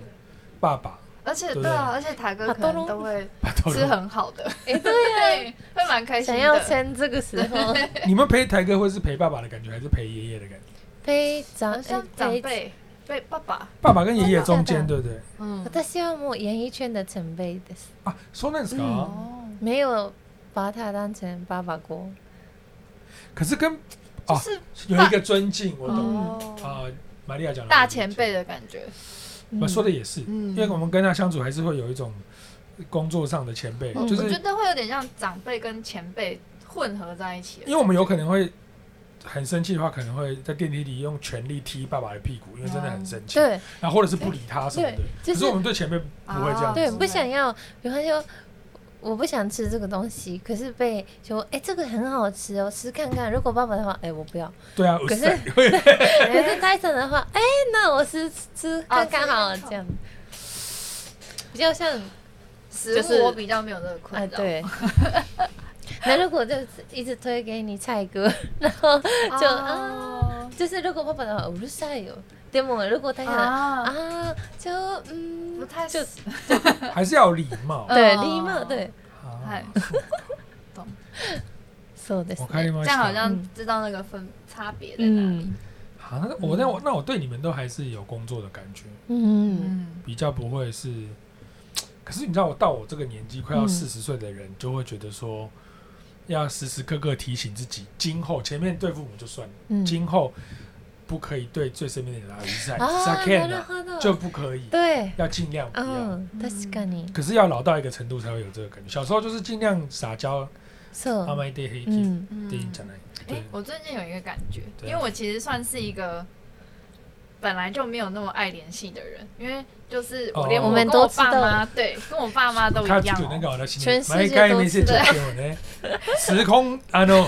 Speaker 1: 爸爸。
Speaker 3: 而且
Speaker 1: 对
Speaker 3: 对啊，而且台哥可能都会
Speaker 1: 爸爸
Speaker 3: 吃很好的，
Speaker 2: 哎对呀，
Speaker 3: 对， 会蛮开心
Speaker 2: 想要
Speaker 3: 的。
Speaker 2: 趁这个时候
Speaker 1: 你们陪台哥会是陪爸爸的感觉，还是陪爷爷的感觉？
Speaker 2: 陪
Speaker 3: 好
Speaker 2: 长
Speaker 3: 像长
Speaker 2: 陪
Speaker 3: 辈对爸爸，
Speaker 1: 爸爸跟爷爷中间，
Speaker 2: 真的
Speaker 1: 对不对？
Speaker 3: 嗯，
Speaker 2: 私はもう演艺圈的前辈です。
Speaker 1: 啊，说那是搞啊。
Speaker 3: 哦，
Speaker 2: 没有把他当成爸爸过。
Speaker 1: 可是跟
Speaker 3: 就
Speaker 1: 哦
Speaker 3: 是
Speaker 1: 有一个尊敬，我懂
Speaker 3: 哦，
Speaker 1: 啊。玛利亚讲的
Speaker 3: 大前辈，的感觉，
Speaker 1: 我说的也是，
Speaker 3: 嗯
Speaker 1: 因为我们跟他相处还是会有一种工作上的前辈，
Speaker 3: 我
Speaker 1: 就
Speaker 3: 嗯我
Speaker 1: 是
Speaker 3: 觉得会有点像长辈跟前辈混合在一起了，
Speaker 1: 因为我们有可能会很生气的话，可能会在电梯里用全力踢爸爸的屁股，因为真的很生
Speaker 3: 哦
Speaker 1: 气，
Speaker 2: 对
Speaker 1: 然后或者是不理他什么的
Speaker 2: 对。就
Speaker 1: 可是
Speaker 2: 是
Speaker 1: 我们对前辈不会这样
Speaker 3: 啊
Speaker 1: 子，
Speaker 2: 对，
Speaker 3: 是
Speaker 2: 不想要，比方说。我不想吃这个东西，可是被说，哎、这个很好吃哦，吃看看。如果爸爸的话，哎、我不 要；
Speaker 1: 对啊，
Speaker 2: 可是
Speaker 1: 我是会
Speaker 2: 可是戴森的话，哎、那我吃吃看看好
Speaker 3: 哦
Speaker 2: 了，
Speaker 3: 吃看看
Speaker 2: 这样比较像
Speaker 3: 食
Speaker 2: 就是
Speaker 3: 物我比较没有这个
Speaker 2: 哎、
Speaker 3: 困扰，
Speaker 2: 对。 那如果就是一直推给你菜哥，然后
Speaker 3: 哦，
Speaker 2: 就啊就是如果爸爸的话，うるさいよ。でも如果戴森的话
Speaker 3: 啊，
Speaker 2: 啊，就嗯，
Speaker 3: 不太
Speaker 2: 就
Speaker 1: 还是要有礼貌。
Speaker 2: 对
Speaker 3: 哦
Speaker 2: 礼貌对，
Speaker 1: 啊
Speaker 3: 嗨，
Speaker 2: そうです
Speaker 1: 我看你
Speaker 2: ね。
Speaker 1: 们
Speaker 3: 这样好像知道那个分差别在哪里，
Speaker 2: 嗯
Speaker 1: 好，那我那我那我对你们都还是有工作的感觉，
Speaker 2: 嗯，
Speaker 3: 嗯，
Speaker 1: 比较不会是。可是你知道，我到我这个年纪，快要
Speaker 2: 嗯
Speaker 1: 四十岁的人，就会觉得说，要时时刻刻提醒自己，今后前面对父母就算了，
Speaker 2: 嗯
Speaker 1: 今后不可以对最身边的人啊，在
Speaker 2: 啊，
Speaker 1: a
Speaker 2: なるほど。
Speaker 1: 就不可以，
Speaker 2: 对，
Speaker 1: 要尽量不要。
Speaker 2: うん、確かに。
Speaker 1: 可是要老到一个程度才会有这个感觉。小时候就是尽量撒娇，
Speaker 2: そ
Speaker 1: 阿
Speaker 2: う。
Speaker 1: 麦对黑
Speaker 2: う
Speaker 1: 听，
Speaker 2: ん。
Speaker 3: 嗯
Speaker 1: 电影讲来，
Speaker 3: 哎、
Speaker 1: 对，
Speaker 3: 我最近有一个感觉，
Speaker 1: 对啊
Speaker 3: 因为我其实算是一个本来就没有那么爱联系的人，因为就是我连
Speaker 1: 哦我
Speaker 2: 们
Speaker 3: 跟
Speaker 2: 都
Speaker 3: 我
Speaker 2: 知道
Speaker 3: 爸妈，对，跟我爸妈都一
Speaker 1: 他
Speaker 3: 样、
Speaker 1: 只能
Speaker 3: 哦。
Speaker 1: 搞到新
Speaker 2: 全世界
Speaker 1: 该
Speaker 2: 都
Speaker 1: 没
Speaker 2: 知
Speaker 1: 事
Speaker 2: 道
Speaker 1: 我呢，时空啊 no，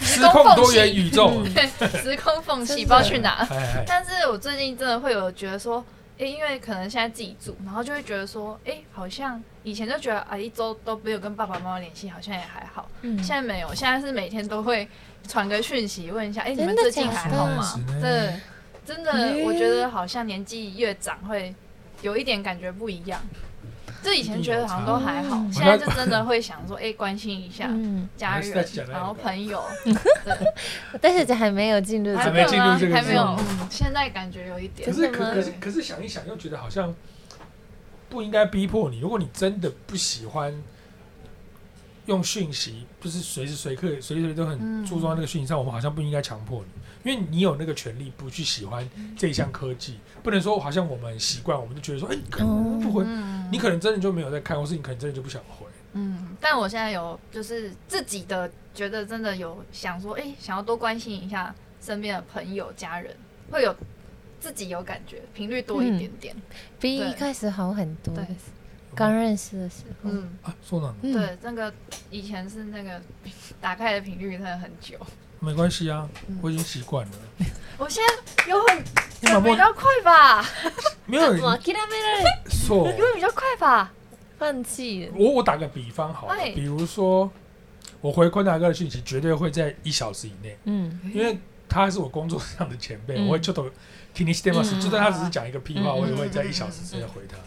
Speaker 1: 时
Speaker 3: 空
Speaker 1: 空
Speaker 3: 缝
Speaker 1: 多
Speaker 3: 隙
Speaker 1: 元宇宙，
Speaker 3: 对，时空缝隙
Speaker 2: 真的
Speaker 3: 不知道去哪。
Speaker 1: 哎哎
Speaker 3: 但是我最近真的会有觉得说，哎、因为可能现在自己住，然后就会觉得说，哎、好像以前就觉得啊，一周都没有跟爸爸妈妈联系，好像也还好。
Speaker 2: うん
Speaker 1: 嗯
Speaker 3: 现在没有，现在是每天都会传个讯息问一下，哎、你
Speaker 2: 真的
Speaker 3: 们最近
Speaker 2: 假
Speaker 3: 还
Speaker 2: 的
Speaker 3: 好吗
Speaker 1: 真的？
Speaker 3: 对，真的，
Speaker 2: 欸
Speaker 3: 我觉得好像年纪越长会有一点感觉不一样。就以前觉得好像都还好，
Speaker 2: 嗯
Speaker 3: 现在就真的会想说，哎、关心一下
Speaker 2: うん
Speaker 3: 家
Speaker 1: 还是在
Speaker 3: 人
Speaker 1: 讲，那个
Speaker 3: 然后朋友，
Speaker 2: 私たち还没有进入
Speaker 1: 还
Speaker 2: 这
Speaker 1: 没
Speaker 2: 个。
Speaker 1: 进入这个
Speaker 3: 还没有
Speaker 1: 状，
Speaker 3: 嗯现在感觉有一点
Speaker 1: 可，是可
Speaker 2: 真的吗
Speaker 1: 可是可是想一想，又觉得好像不应该逼迫你。如果你真的不喜欢用讯息，就是随时随刻、随时随地都很
Speaker 3: 嗯
Speaker 1: 注重在那个讯息上，我们好像不应该强迫你，因为你有那个权利不去喜欢这项科技，不能说好像我们习惯，我们就觉得说，哎、你可能不回，
Speaker 3: 嗯
Speaker 1: 你可能真的就没有在看，或是你可能真的就不想回。
Speaker 3: 嗯，但我现在有就是自己的觉得真的有想说，哎、想要多关心一下身边的朋友、家人，会有自己有感觉，频率多一点点。
Speaker 2: 比一开始好很多
Speaker 3: 对
Speaker 2: です。刚认识的时候。
Speaker 3: 嗯，
Speaker 1: 啊，说呢，
Speaker 2: 嗯，
Speaker 3: 对，那个以前是那个 打开的频率真的很久，
Speaker 1: 没关系啊
Speaker 3: 嗯，
Speaker 1: 我已经习惯了。
Speaker 3: 我现在有很
Speaker 1: 你把
Speaker 3: 有
Speaker 1: 莫
Speaker 3: 比较快吧，
Speaker 1: 哎没有
Speaker 2: もう
Speaker 1: 人
Speaker 2: 諦められない。
Speaker 1: 说。
Speaker 3: 有比较快吧，
Speaker 2: 放弃了。
Speaker 1: 我我打个比方好了
Speaker 3: 哎
Speaker 1: 比如说我回坤达哥的讯息绝对会在一小时以内，
Speaker 2: 嗯
Speaker 1: 因为他是我工作上的前辈，
Speaker 2: 嗯
Speaker 1: 我会就懂听你 s t e m
Speaker 2: 嗯
Speaker 1: 就算他只是讲一个屁话，
Speaker 2: 嗯
Speaker 1: 我也会在一小时之内回他。哎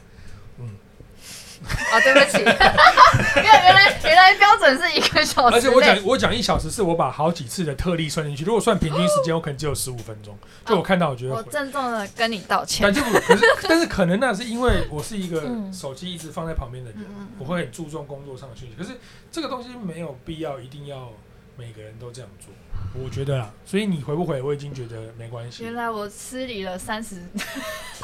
Speaker 3: 哦，对不起，因为原来原来标准是一个
Speaker 2: 哦
Speaker 3: 小时内，
Speaker 1: 而且我讲我讲一小时，是我把好几次的特例算进去，如果算平均时间，我可能只有十五分
Speaker 2: 哦
Speaker 1: 钟，就我看到我觉得
Speaker 3: 我
Speaker 1: 回。
Speaker 3: 郑重的跟你道歉
Speaker 1: 但，就不可是， 但是可能那是因为我是一个
Speaker 2: 嗯
Speaker 1: 手机一直放在旁边的人
Speaker 3: 嗯嗯嗯，
Speaker 1: 我会很注重工作上的讯息。可是这个东西没有必要一定要每个人都这样做，我觉得啦。所以你回不回，我已经觉得没关系
Speaker 3: 原。来我失礼了三十，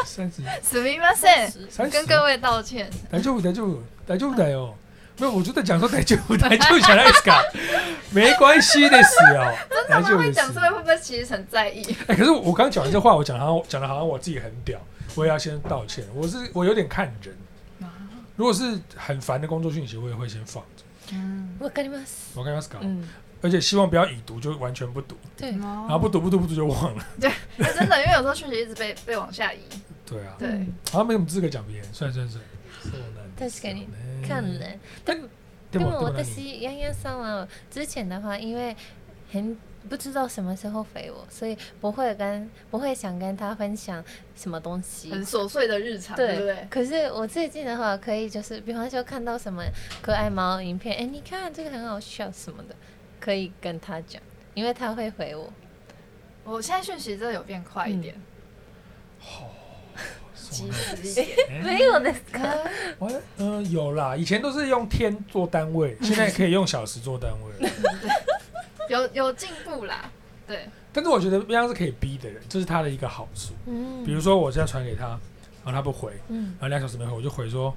Speaker 1: 三十、
Speaker 3: 死命发现。
Speaker 1: 三十
Speaker 3: 跟，各位道歉。
Speaker 1: 大丈夫、大丈夫、大丈夫だよ。没有，我就在讲说大丈夫、大丈夫じゃないですか。没关系的死哦，大丈
Speaker 3: 他们
Speaker 1: 夫
Speaker 3: 会
Speaker 1: です
Speaker 3: 讲出来，会不会其实很在意？
Speaker 1: 哎、可是我刚讲完这话，我讲得好像讲的好像我自己很屌，我也要先道歉。我是我有点看人，如果是很烦的工作讯息，我也会先放着。
Speaker 3: 嗯，
Speaker 2: わかります。
Speaker 1: 我看 s 搞，
Speaker 2: 嗯，
Speaker 1: 而且希望不要已读就完全不读，
Speaker 2: 对。
Speaker 3: 然
Speaker 1: 然啊后不读不读不读就忘了。
Speaker 3: 哎真的，因为有时候讯息一直被被往下移。
Speaker 1: 对啊，
Speaker 3: 对，
Speaker 1: 好像没什么资格讲别人，算算算。啊そうなんですよね
Speaker 2: 看人。
Speaker 1: 但
Speaker 2: で
Speaker 1: でもで
Speaker 2: も
Speaker 1: も何
Speaker 2: 啊私ヤンヤンさんは之前的话，因为很不知道什么时候回我，所以不会跟不会想跟他分享什么东西。
Speaker 3: 很琐碎的日常，对不对？
Speaker 2: 可是我最近的话，可以就是，比方说看到什么可爱猫影片，哎，你看这个很好笑什么的，可以跟他讲，因为他会回我。
Speaker 3: 我现在讯息真的有变快一点，
Speaker 1: 什
Speaker 3: 及
Speaker 1: 么
Speaker 3: 时一点。
Speaker 1: 哎
Speaker 2: 没有的，
Speaker 1: 我嗯、有啦，以前都是用天做单位，现在可以用小时做单位了。嗯
Speaker 3: 有有进步啦，对，
Speaker 1: 但是我觉得这样是可以逼的人，这是他的一个好处。
Speaker 2: 嗯，
Speaker 1: 比如说我现在传给他，然后他不回，
Speaker 2: 嗯
Speaker 1: 然后两小时没回，我就回说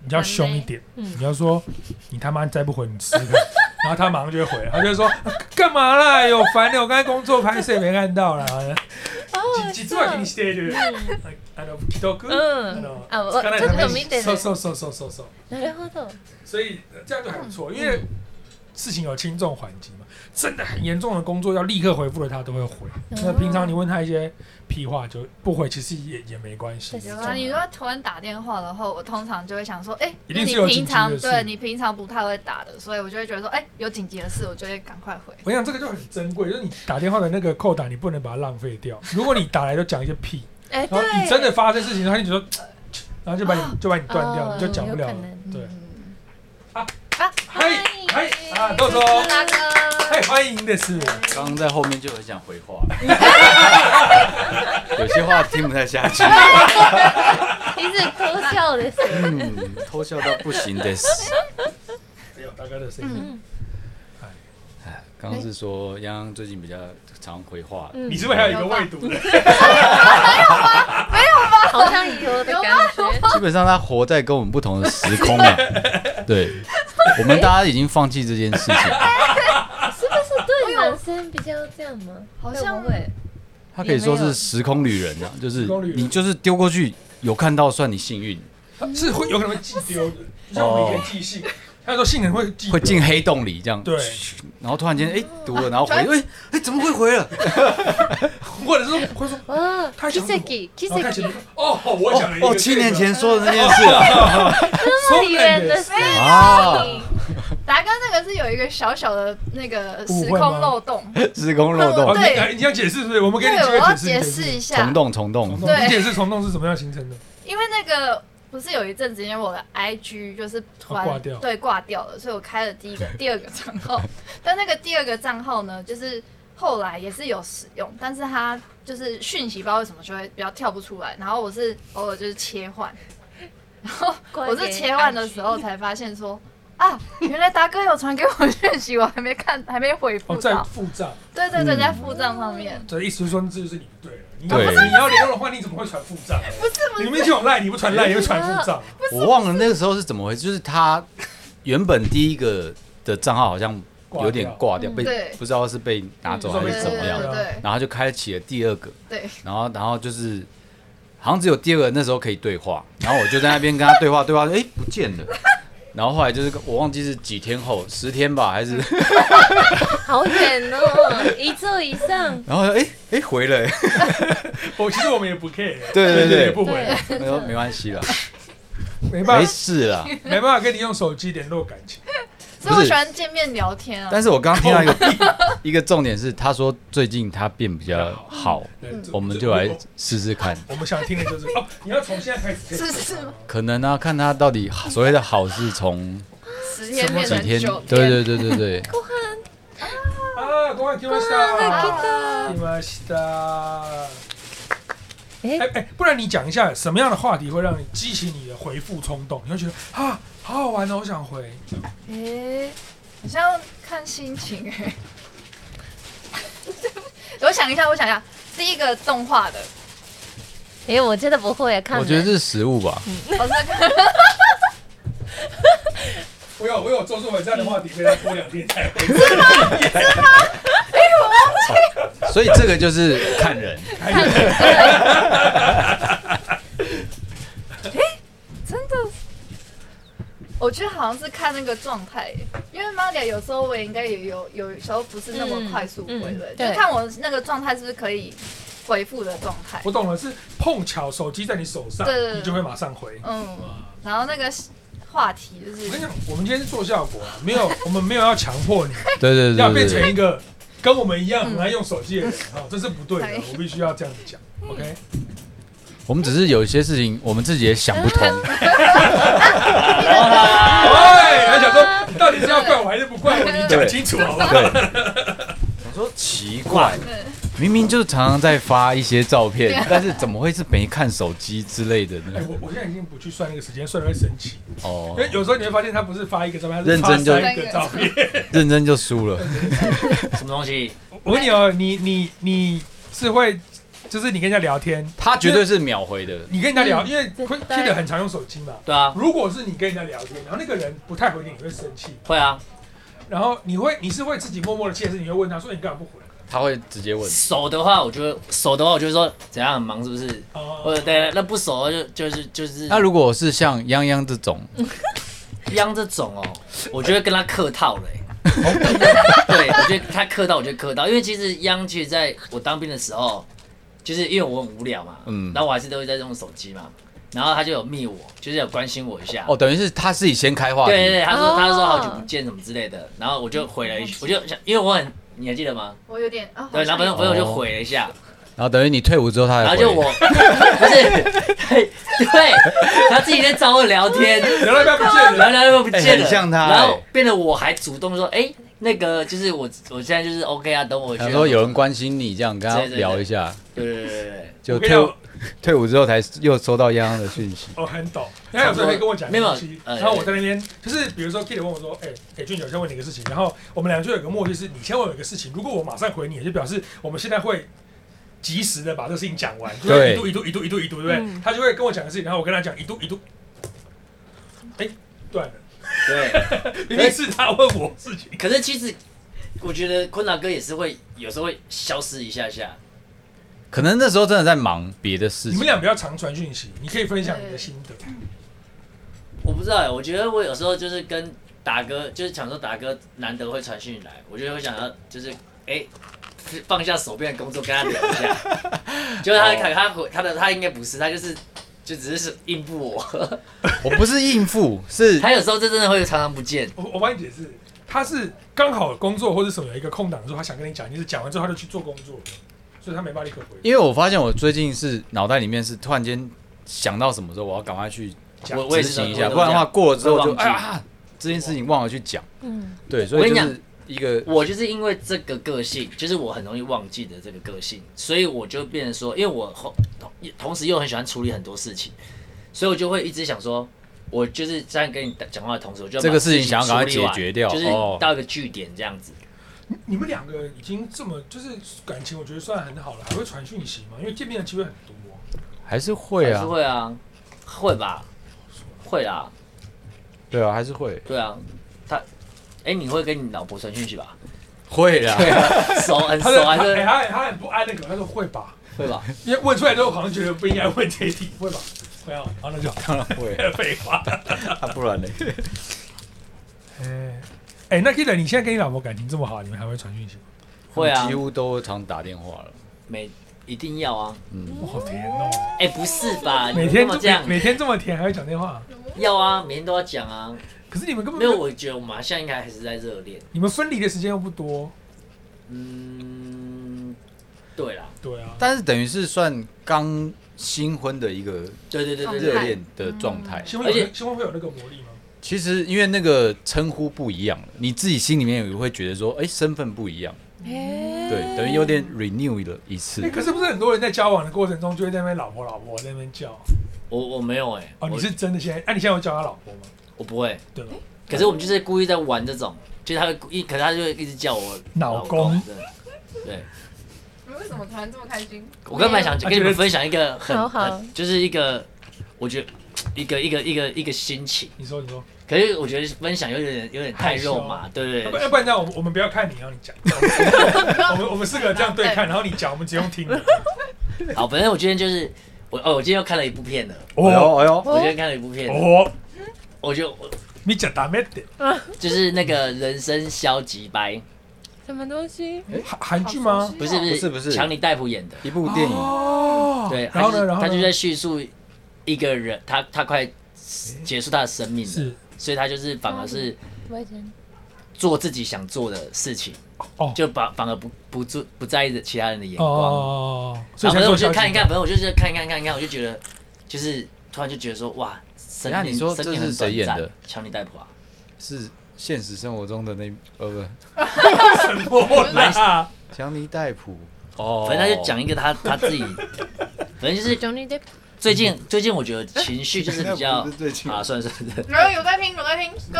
Speaker 1: 你要凶一点，
Speaker 2: 嗯
Speaker 1: 你要说你他妈再不回你吃看。然后他马上就会回，他就说啊干嘛啦？有烦的，我刚才工作拍摄也没看到啦。
Speaker 2: 哦
Speaker 1: 実実は気にしている。はいあの既読。あ
Speaker 2: 嗯
Speaker 1: の
Speaker 2: 啊，我
Speaker 1: つかない
Speaker 2: ちょ
Speaker 1: た
Speaker 2: っ
Speaker 1: め
Speaker 2: と
Speaker 1: に
Speaker 2: 見て
Speaker 1: そう
Speaker 2: る。
Speaker 1: そうそうそうそうそう。
Speaker 2: なるほど。
Speaker 1: 所以呃这样就还不错，因为事情有轻重缓急嘛。真的很严重的工作要立刻回复的，他都会
Speaker 2: 哦
Speaker 1: 回。那平常你问他一些屁话就不回，其实也也没关系。
Speaker 2: 对
Speaker 3: 有啊。你如果突然打电话的话，我通常就会想说，哎、
Speaker 1: 一定
Speaker 3: 你
Speaker 1: 是有紧
Speaker 3: 平
Speaker 1: 急
Speaker 3: 常
Speaker 1: 的事
Speaker 3: 对你平常不太会打的，所以我就会觉得说，哎、有紧急的事，我就会赶快回。
Speaker 1: 我想这个就很珍贵，就是你打电话的那个扣打，你不能把它浪费掉。如果你打来都讲一些屁，
Speaker 2: 哎，
Speaker 1: 然后
Speaker 2: 对，
Speaker 1: 你真的发生事情，他就觉得，然后就把你就把你断掉，
Speaker 2: 哦
Speaker 1: 你就讲不了
Speaker 2: 有可
Speaker 1: 了
Speaker 2: 能。
Speaker 1: 对，
Speaker 3: 嗯
Speaker 1: 嗨嗨啊，豆豆，
Speaker 3: 大哥，
Speaker 1: 嗨，欢迎的是，
Speaker 4: 刚刚在后面就很想回 话，有些话听不太下去，
Speaker 2: 一直偷笑的。
Speaker 4: 嗯，偷笑到不行的。
Speaker 1: 哎呦，大哥的声音，
Speaker 4: 哎刚刚是说泱泱最近比较常回话，
Speaker 2: 嗯
Speaker 1: 你是不是还有一个未读的？
Speaker 2: 好像有的感觉。
Speaker 4: 基本上他活在跟我们不同的时空 啊。对，我们大家已经放弃这件事情，
Speaker 2: 是不是对男生比较这样吗？
Speaker 3: 好像
Speaker 2: 会不会。
Speaker 4: 他可以说是时空旅人啊，就是
Speaker 1: 时空旅人
Speaker 4: 你就是丢过去有看到算你幸运，
Speaker 1: 是会有可能会寄丢的，就像我们以前寄信，他说信很会寄丢，
Speaker 4: 会进黑洞里这样。
Speaker 1: 对，
Speaker 4: 然后突然间哎读 了，然后回哎哎怎么会回了？
Speaker 1: 或者是说会说，
Speaker 2: 哇，
Speaker 1: 他想什么
Speaker 2: Kiseki
Speaker 1: 然后看前
Speaker 2: Kiseki，
Speaker 1: 面说哦，我想了一个
Speaker 4: 哦，七年前说的那件事啊，
Speaker 1: 超
Speaker 2: 里面的事
Speaker 4: 啊，
Speaker 3: 达哥那个是有一个小小的那个时
Speaker 1: 误会吗
Speaker 3: 空漏洞，
Speaker 4: 时空漏
Speaker 1: 哦，
Speaker 4: 洞，
Speaker 1: 你
Speaker 3: 对
Speaker 1: 哎你想解释是不是？我们给你
Speaker 3: 对，
Speaker 1: 机
Speaker 3: 我
Speaker 1: 会
Speaker 3: 要
Speaker 1: 解
Speaker 3: 解
Speaker 1: 释
Speaker 3: 释一
Speaker 1: 你
Speaker 3: 下
Speaker 4: 虫。洞虫洞
Speaker 1: 可以，
Speaker 3: 对
Speaker 1: 你解释虫洞是什么样形成的？
Speaker 3: 因为那个不是有一阵子，因为我的 IG 就是突然、
Speaker 1: 哦挂掉
Speaker 3: 对挂掉了，所以我开了第一个、第二个账 号。但那个第二个账号呢，就是后来也是有使用，但是它就是讯息不知道为什么就会比较跳不出来。然后我是偶尔就是切换，然后我是切换的时候才发现说。啊，原来达哥有传给我讯息，我还没看，还没回复
Speaker 1: 哦，在
Speaker 3: 到。
Speaker 1: 付账，
Speaker 3: 对对对，
Speaker 4: 嗯
Speaker 3: 在付账上面。
Speaker 1: 这意思就是说这就是你不对了。你
Speaker 4: 对
Speaker 1: 要你要联络的话，你怎么会传付账？不是，你明明就有赖，你不传赖，也会传付账。
Speaker 4: 我忘了那个时候是怎么回事，就是他原本第一个的账号好像有点
Speaker 2: 挂
Speaker 4: 挂掉，
Speaker 2: 掉
Speaker 4: 被
Speaker 3: 对
Speaker 4: 不知道是被拿走还
Speaker 3: 对
Speaker 4: 是
Speaker 3: 对
Speaker 4: 怎么样
Speaker 3: 对，对
Speaker 4: 然后他就开启了第二个，
Speaker 1: 嗯
Speaker 3: 对，
Speaker 4: 然后然后就是好像只有第二个那时候可以对话，然后我就在那边跟他对话，对话，哎，不见了。然后后来就是我忘记是几天后，十天吧，还是。
Speaker 2: 好远哦，一座以上
Speaker 4: 然后哎哎回了， 诶
Speaker 1: 我哦其实我们也不 care，
Speaker 4: 对对对
Speaker 1: 也不回
Speaker 2: 对，，
Speaker 4: 我说没关系啦，
Speaker 1: 没办
Speaker 4: 没
Speaker 1: 法，
Speaker 4: 事啦。
Speaker 1: 没办法跟你用手机联络感情。
Speaker 3: 所以我喜欢见面聊天啊。
Speaker 4: 但是我刚听到一个一个重点是，他说最近他变比较好，
Speaker 1: 对这
Speaker 4: 嗯我们
Speaker 1: 这
Speaker 4: 就来试试看。
Speaker 1: 我们想听的就是哦，你要从现在开始
Speaker 3: 是是
Speaker 4: 可能啊，看他到底所谓的好是从
Speaker 3: 十天变
Speaker 4: 几
Speaker 3: 成
Speaker 4: 天
Speaker 3: 九？
Speaker 4: 对对对对对，
Speaker 1: 啊，ご飯来ました。来ました。
Speaker 2: 哎
Speaker 1: 哎，哎，不然你讲一下什么样的话题会让你激起你的回复冲动？你会觉得啊，好好玩哦，我想回。
Speaker 3: 诶、好像看心情哎、 我想一下，我想一下，第一个动画 的，
Speaker 2: 哎，我真的不会看。
Speaker 4: 我觉得是食物吧，
Speaker 1: 嗯
Speaker 3: 我是看
Speaker 1: 我有我有做出很这样的话题，可以再拖两天才回。
Speaker 4: 所以这个就是 看人。
Speaker 3: 真的，我觉得好像是看那个状态、欸，因为 Maria 有时候我也应该也有有时候不是那么快速回的，
Speaker 2: 嗯嗯
Speaker 3: 就
Speaker 2: 对
Speaker 3: 看我那个状态是不是可以回复的状态。
Speaker 1: 我懂了，是碰巧手机在你手上
Speaker 3: 对对，对
Speaker 1: 你就会马上回。
Speaker 3: 嗯，然后那个话题就
Speaker 1: 我跟你
Speaker 3: 是
Speaker 1: 讲，我们今天是做效果啊，没有，我们没有要强迫你，
Speaker 4: 对对
Speaker 1: 要
Speaker 4: 对
Speaker 1: 变成
Speaker 4: 对
Speaker 1: 一个跟我们一样很爱用手机的人，哈、 这是不对的
Speaker 3: 嗯对，嗯
Speaker 1: 我必须要这样子讲。OK，
Speaker 4: 我们只是有一些事情我们自己也想不通。
Speaker 1: 哎，他想说到底是要怪我还是不怪我？你讲清楚好不 好？
Speaker 5: 对，
Speaker 4: 我说奇怪
Speaker 3: 对，
Speaker 4: 明明就是常常在发一些照片，但是怎么会是没看手机之类的
Speaker 1: 哎、
Speaker 4: 呢？
Speaker 1: 我我现在已经不去算那个时间，算了会生气。
Speaker 4: 哦
Speaker 1: 因，为有时候你会发现他不是发一个照片，他是
Speaker 4: 认
Speaker 1: 发
Speaker 4: 真就
Speaker 1: 三个照片。
Speaker 4: 认真就输了。
Speaker 5: 什么东西？
Speaker 1: 我问你哦，你你你是会，就是你跟人家聊天，
Speaker 4: 他绝对是秒回的，
Speaker 1: 你跟人家聊，因为
Speaker 2: 对
Speaker 1: 会记得很常用手机嘛。
Speaker 5: 对啊，
Speaker 1: 如果是你跟人家聊天，然后那个人不太回你，你会生气，
Speaker 5: 会啊，
Speaker 1: 然后你会你是会自己默默的切身，你会问他说你干嘛不回？
Speaker 4: 他会直接问。
Speaker 5: 手的话，我就会手的话，我就会说怎样很忙是不是？或
Speaker 1: 哦、
Speaker 5: 者对，那不熟就就是就是
Speaker 4: 那如果是像泱泱这种，
Speaker 5: 一样这种哦，我就会跟他客套了、欸。
Speaker 4: 哦
Speaker 5: 对，我觉得他客套，我就客套，因为其实央其实在我当兵的时候，就是因为我很无聊嘛，
Speaker 4: 嗯
Speaker 5: 嗯，然后我还是都会在用手机嘛，然后他就有密我，就是有关心我一下，
Speaker 4: 哦，等于是他自己先开话
Speaker 5: 对对
Speaker 4: 题，
Speaker 5: 对，他说
Speaker 2: 哦
Speaker 5: 他说好久不见什么之类的，然后我就回了一句，我就想，因为我很，你还记得吗？
Speaker 3: 我有点啊，
Speaker 5: 对，然后反正
Speaker 3: 朋
Speaker 5: 反正我就回了一下，
Speaker 4: 然后等于你退伍之后他
Speaker 5: 然
Speaker 4: 才回
Speaker 5: 后就我不是，对对，他自己在找我聊天，
Speaker 1: 聊到一半不见
Speaker 5: 然
Speaker 1: 人，
Speaker 5: 后然后又不
Speaker 4: 哎
Speaker 5: 见
Speaker 4: 很
Speaker 5: 了，
Speaker 4: 像他
Speaker 5: 然后
Speaker 4: 哎
Speaker 5: 变得我还主动说，哎、那个就是我，我现在就是 OK 啊，等我去。
Speaker 4: 想说有人关心你，这样跟他
Speaker 5: 对对对
Speaker 4: 聊一下，
Speaker 5: 对对对对对，
Speaker 4: 就
Speaker 1: 我跟你
Speaker 4: 退伍
Speaker 1: 讲，
Speaker 4: 退伍之后才又收到泱泱的讯息。
Speaker 1: 我很懂。他有时候会跟我讲一
Speaker 5: 没
Speaker 1: 个
Speaker 5: 有
Speaker 1: 东西，
Speaker 5: 呃
Speaker 1: 然后我在那边就是比如说 Kitty 问我说，哎、哎俊九先问你一个事情，然后我们俩就有个默契是，你先问我一个事情，如果我马上回你，也就表示我们现在会。及时的把这个事情讲完，就是
Speaker 4: 对
Speaker 1: 一度一度一度一度一度，对不对？
Speaker 2: 嗯
Speaker 1: 他就会跟我讲个事情，然后我跟他讲一度一度，哎、断了。
Speaker 5: 对。
Speaker 1: 明明是他问我事情，
Speaker 5: 可是其实我觉得坤达哥也是会有时候会消失一下下，
Speaker 4: 可能那时候真的在忙别的事
Speaker 1: 你们
Speaker 4: 情，
Speaker 1: 俩不要常传讯息，你可以分享你的心得。
Speaker 5: 我不知道哎、我觉得我有时候就是跟达哥，就是想说达哥难得会传讯来，我就会想要就是哎、放下手边的工作跟他聊一下， 就是他看他回他的他应该不是，他就是。就只是应 付我，
Speaker 4: 我不是应付，是
Speaker 5: 他有时候这真的会常常不见，
Speaker 1: 我我帮你解释，他是刚好工作或者什么有一个空档的时候，他想跟你讲，你是讲完之后他就去做工作，所以他没办法立刻回。
Speaker 4: 因为我发现我最近是脑袋里面是突然间想到什么时候我要赶快去
Speaker 1: 讲
Speaker 5: 我我
Speaker 4: 执
Speaker 5: 也是
Speaker 4: 行一下，
Speaker 5: 这样
Speaker 4: 不然的话过了之后就
Speaker 5: 会忘记
Speaker 4: 哎呀这件事情忘了去讲，
Speaker 2: 嗯，
Speaker 4: 对，所以
Speaker 5: 我
Speaker 4: 就
Speaker 5: 跟你
Speaker 4: 是一个
Speaker 5: 我就是因为这个个性，就是我很容易忘记的这个个性，所以我就变成说，因为我后同同时又很喜欢处理很多事情，所以我就会一直想说，我就是在跟你讲话的同时，我就把
Speaker 4: 这个事
Speaker 5: 事
Speaker 4: 情想要赶快
Speaker 5: 处理完
Speaker 4: 解决掉
Speaker 5: 就是
Speaker 4: 哦
Speaker 5: 到一个据点这样子。
Speaker 1: 你们两个已经这么就是感情，我觉得算很好了，还会传讯息吗？因为见面的机会很多。
Speaker 4: 还是会
Speaker 5: 还
Speaker 4: 啊
Speaker 5: 是，会啊，会吧，会啦，
Speaker 4: 对啊，还是会
Speaker 5: 对啊，他，哎、你会跟你老婆传讯息吧？
Speaker 4: 会
Speaker 5: 对
Speaker 4: 啦，
Speaker 5: 啊， 熟很
Speaker 1: 他的
Speaker 5: 熟
Speaker 1: 他
Speaker 5: 还
Speaker 1: 哎
Speaker 5: 是
Speaker 1: 他他很不安那个，他说会吧，
Speaker 5: 会吧？
Speaker 1: 因为问出来之后好像觉得不应该问这一题，会吧？会啊，好那就好
Speaker 4: 当 然 会，
Speaker 1: 废话。
Speaker 4: 啊不然呢？
Speaker 1: 哎哎，那 Kid，你现在跟你老婆感情这么好，你们还会传讯息吗？
Speaker 5: 会啊
Speaker 4: 几，乎都常打电话了，
Speaker 5: 每一定要啊，
Speaker 1: 哇，好甜哦！
Speaker 5: 哎、不是吧？
Speaker 1: 每
Speaker 5: 你干
Speaker 1: 天
Speaker 5: 嘛
Speaker 1: 这
Speaker 5: 这样
Speaker 1: 每？每天这么甜，还会讲电话？
Speaker 5: 要啊，每天都要讲啊。
Speaker 1: 可是你们根本
Speaker 5: 没有，我觉得我们好像应该还是在热恋。
Speaker 1: 你们分离的时间又不多。
Speaker 5: 嗯，对啦，
Speaker 1: 对啊，
Speaker 4: 但是等于是算刚新婚的一个
Speaker 5: 对对对对
Speaker 4: 热
Speaker 5: 对，
Speaker 4: 恋的状态，
Speaker 1: 新婚有
Speaker 5: 而且
Speaker 1: 新婚会有那个魔力吗？
Speaker 4: 其实因为那个称呼不一样了，你自己心里面也会觉得说，哎，身份不一样，对，
Speaker 2: 对
Speaker 4: 等于有点 renew 了一次
Speaker 1: 哎，。可是不是很多人在交往的过程中就会在那边老婆老婆在那边叫
Speaker 5: 我我没有哎、
Speaker 1: 哦？你
Speaker 5: 我
Speaker 1: 是真的现在？哎，你现在有叫他老婆吗？
Speaker 5: 我不会，
Speaker 1: 对吧？
Speaker 5: 可是我们就是故意在玩这种，就是他会故意，可是他就会一直叫我
Speaker 1: 老公
Speaker 5: 公。真的对，
Speaker 3: 你为什么突然这么开 心？
Speaker 5: 我刚才想
Speaker 1: 他
Speaker 5: 跟你
Speaker 1: 觉得
Speaker 5: 们分享一个很
Speaker 2: 好好
Speaker 5: 很就是一个，我觉得一个一个一个一个心情，
Speaker 1: 你说，你说，
Speaker 5: 可是我觉得分享有点有点太肉麻，对对
Speaker 1: 要不
Speaker 5: 对
Speaker 1: 要不然这样，我们我们不要看你，让你讲。我们我们四个这样对看，然后你讲，我们只用 听的。
Speaker 5: 对。好，反正我今天就是我哦，我今天又看了一部片了，
Speaker 4: 哎呦
Speaker 1: 哦
Speaker 4: 哎呦，
Speaker 5: 我今天看了一部片，
Speaker 1: 哦，
Speaker 5: 我觉得我
Speaker 1: 你讲大咩的？
Speaker 5: 就是那个人生消极掰。
Speaker 2: 什么东西？
Speaker 1: 韩韩剧吗？
Speaker 5: 不是不
Speaker 4: 不
Speaker 5: 是
Speaker 4: 是不是
Speaker 5: 强尼戴普演的，
Speaker 4: 一部电影，
Speaker 1: 哦，
Speaker 5: 对，
Speaker 1: 然后
Speaker 5: 他就
Speaker 1: 呢？然后
Speaker 5: 他就
Speaker 1: 呢
Speaker 5: 在叙述一个人，他他快结束他的生命
Speaker 1: 嗯
Speaker 5: 了，
Speaker 1: 是
Speaker 5: 所以他就是反而是
Speaker 2: 外人
Speaker 5: 做自己想做的事情，
Speaker 1: 哦
Speaker 5: 就反反而不不注不在意其他人的眼光。
Speaker 1: 哦，所以才
Speaker 5: 然后反正
Speaker 1: 做
Speaker 5: 我就
Speaker 1: 小
Speaker 5: 看一
Speaker 1: 姐
Speaker 5: 看，反正我就是看一看看一看，我就觉得就是突然就觉得说哇，
Speaker 4: 等
Speaker 5: 生
Speaker 4: 一下
Speaker 5: 命
Speaker 4: 你说
Speaker 5: 生
Speaker 4: 这
Speaker 5: 命
Speaker 4: 是
Speaker 5: 很
Speaker 4: 谁
Speaker 5: 短
Speaker 4: 演
Speaker 5: 暂
Speaker 4: 的？
Speaker 5: 强尼戴普啊，
Speaker 4: 是现实生活中的那呃不，
Speaker 1: 来啊，
Speaker 4: 强尼戴普哦
Speaker 5: 反正他就讲一个他 他自己，反正就是
Speaker 2: Johnny Depp
Speaker 5: 最近最近我觉得情绪就是比较
Speaker 4: 那不是最近
Speaker 5: 啊，算了算了，
Speaker 3: 然后有在听，有在听哥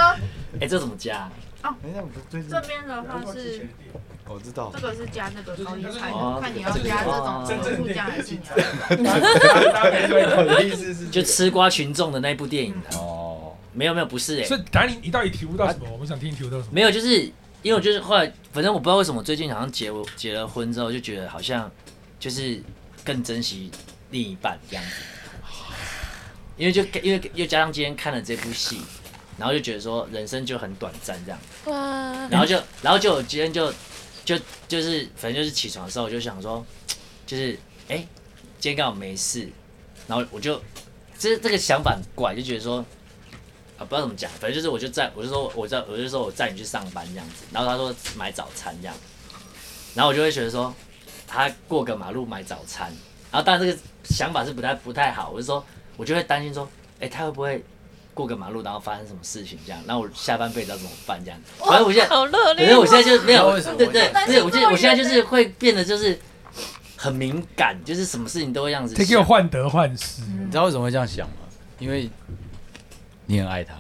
Speaker 5: 哎、这怎么加啊？
Speaker 4: 哎，那不最近
Speaker 3: 这边的话是
Speaker 4: 我知道
Speaker 3: 这，个是加那个高音拍
Speaker 5: 哦
Speaker 3: 的，看你要加这种
Speaker 5: 真
Speaker 1: 哦正
Speaker 3: 附
Speaker 1: 的
Speaker 3: 加还是你 要
Speaker 4: 我 的意思是
Speaker 5: 就吃瓜群众的那部电影啊、
Speaker 4: 哦，
Speaker 5: 没有没有，不是哎、
Speaker 1: 嗯所以答你你到底体悟到什么？我们想听你体悟到什么？
Speaker 5: 没有，就是因为我就是后来，反正我不知道为什么最近好像结结了婚之后，就觉得好像就是更珍惜另一半这样子。因为就因为又加上今天看了这部戏，然后就觉得说人生就很短暂这样，
Speaker 2: 哇，
Speaker 5: 然后就然后就我今天就就就是反正就是起床的时候我就想说，就是哎、今天刚好没事，然后我就这这个想法很怪，就觉得说啊，不知道怎么讲，反正就是我就载，我就说我在，我就说我载你去上班这样子。然后他说买早餐这样，然后我就会觉得说他过个马路买早餐，然后但这个想法是不太不太好，我就说我就会担心说，哎、他会不会过个马路然后发生什么事情这样？然后我下班不知道怎么办这样。反正我现在，
Speaker 2: 好热
Speaker 5: 反正
Speaker 2: 烈
Speaker 5: 我，现在 就是
Speaker 4: 不
Speaker 5: 没
Speaker 4: 知道
Speaker 5: 有
Speaker 4: 为什么，
Speaker 5: 对对
Speaker 3: 担心
Speaker 5: 对，我现在
Speaker 3: 这么
Speaker 5: 我现在
Speaker 3: 远
Speaker 5: 就是会变得就是很敏感，就是什么事情都会这样子
Speaker 1: 这
Speaker 5: 想。
Speaker 1: 给我患得患失，
Speaker 5: 嗯
Speaker 4: 你知道为什么会这样想吗？因为你很爱他，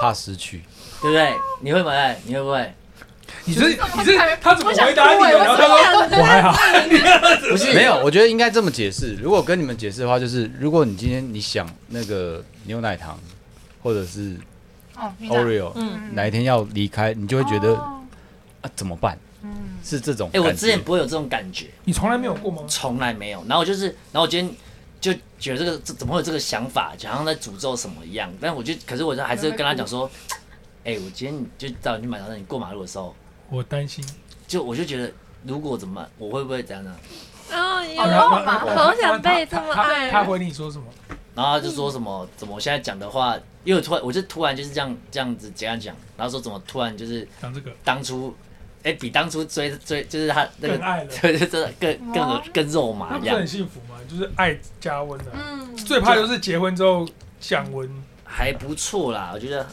Speaker 4: 怕失去。
Speaker 5: 对不对？你会不会？你会不会？
Speaker 1: 你这你
Speaker 3: 我
Speaker 1: 这
Speaker 3: 想
Speaker 1: 他怎么回答你
Speaker 3: 我
Speaker 1: 的？然后
Speaker 3: 想
Speaker 1: 他说我还好，
Speaker 5: 不是
Speaker 4: 没有，我觉得应该这么解释。如果跟你们解释的话，就是如果你今天你想那个牛奶糖，或者是
Speaker 3: 哦，你讲
Speaker 4: Oreo，
Speaker 2: 嗯，
Speaker 4: 哪一天要离开，你就会觉得
Speaker 3: 哦
Speaker 4: 啊怎么办？
Speaker 3: 嗯，
Speaker 4: 是这种
Speaker 5: 哎、
Speaker 4: 感觉。
Speaker 5: 我之前不会有这种感觉，
Speaker 1: 你从来没有过吗？
Speaker 5: 从来没有。然后我就是，然后我今天就觉得这个这怎么会有这个想法，就好像在诅咒什么一样。但我就，可是我就还是会跟他讲说，哎、我今天就到你去买早餐，你过马路的时候，
Speaker 1: 我担心，
Speaker 5: 就我就觉得，如果怎么办，我会不会怎样呢？
Speaker 2: 哦，有
Speaker 3: 好
Speaker 1: 然后
Speaker 3: 浪漫
Speaker 1: 然后
Speaker 2: 好想被这么
Speaker 1: 他他
Speaker 2: 爱
Speaker 1: 他回你说什么？
Speaker 5: 然后他就说什么，怎么我现在讲的话，因为我突然我就突然就是这样这样子这样讲，然后说怎么突然就是
Speaker 1: 讲这个
Speaker 5: 当初。哎、比当初追追就是他那个
Speaker 1: 更爱， 了
Speaker 5: 对对，真的更
Speaker 3: 哇
Speaker 5: 更更肉麻
Speaker 1: 那
Speaker 5: 啊一
Speaker 1: 不是
Speaker 5: 样
Speaker 1: 很，幸福吗？就是爱加温的，
Speaker 3: 嗯，
Speaker 1: 最怕就是结婚之后降温。
Speaker 5: 还不错啦，我觉得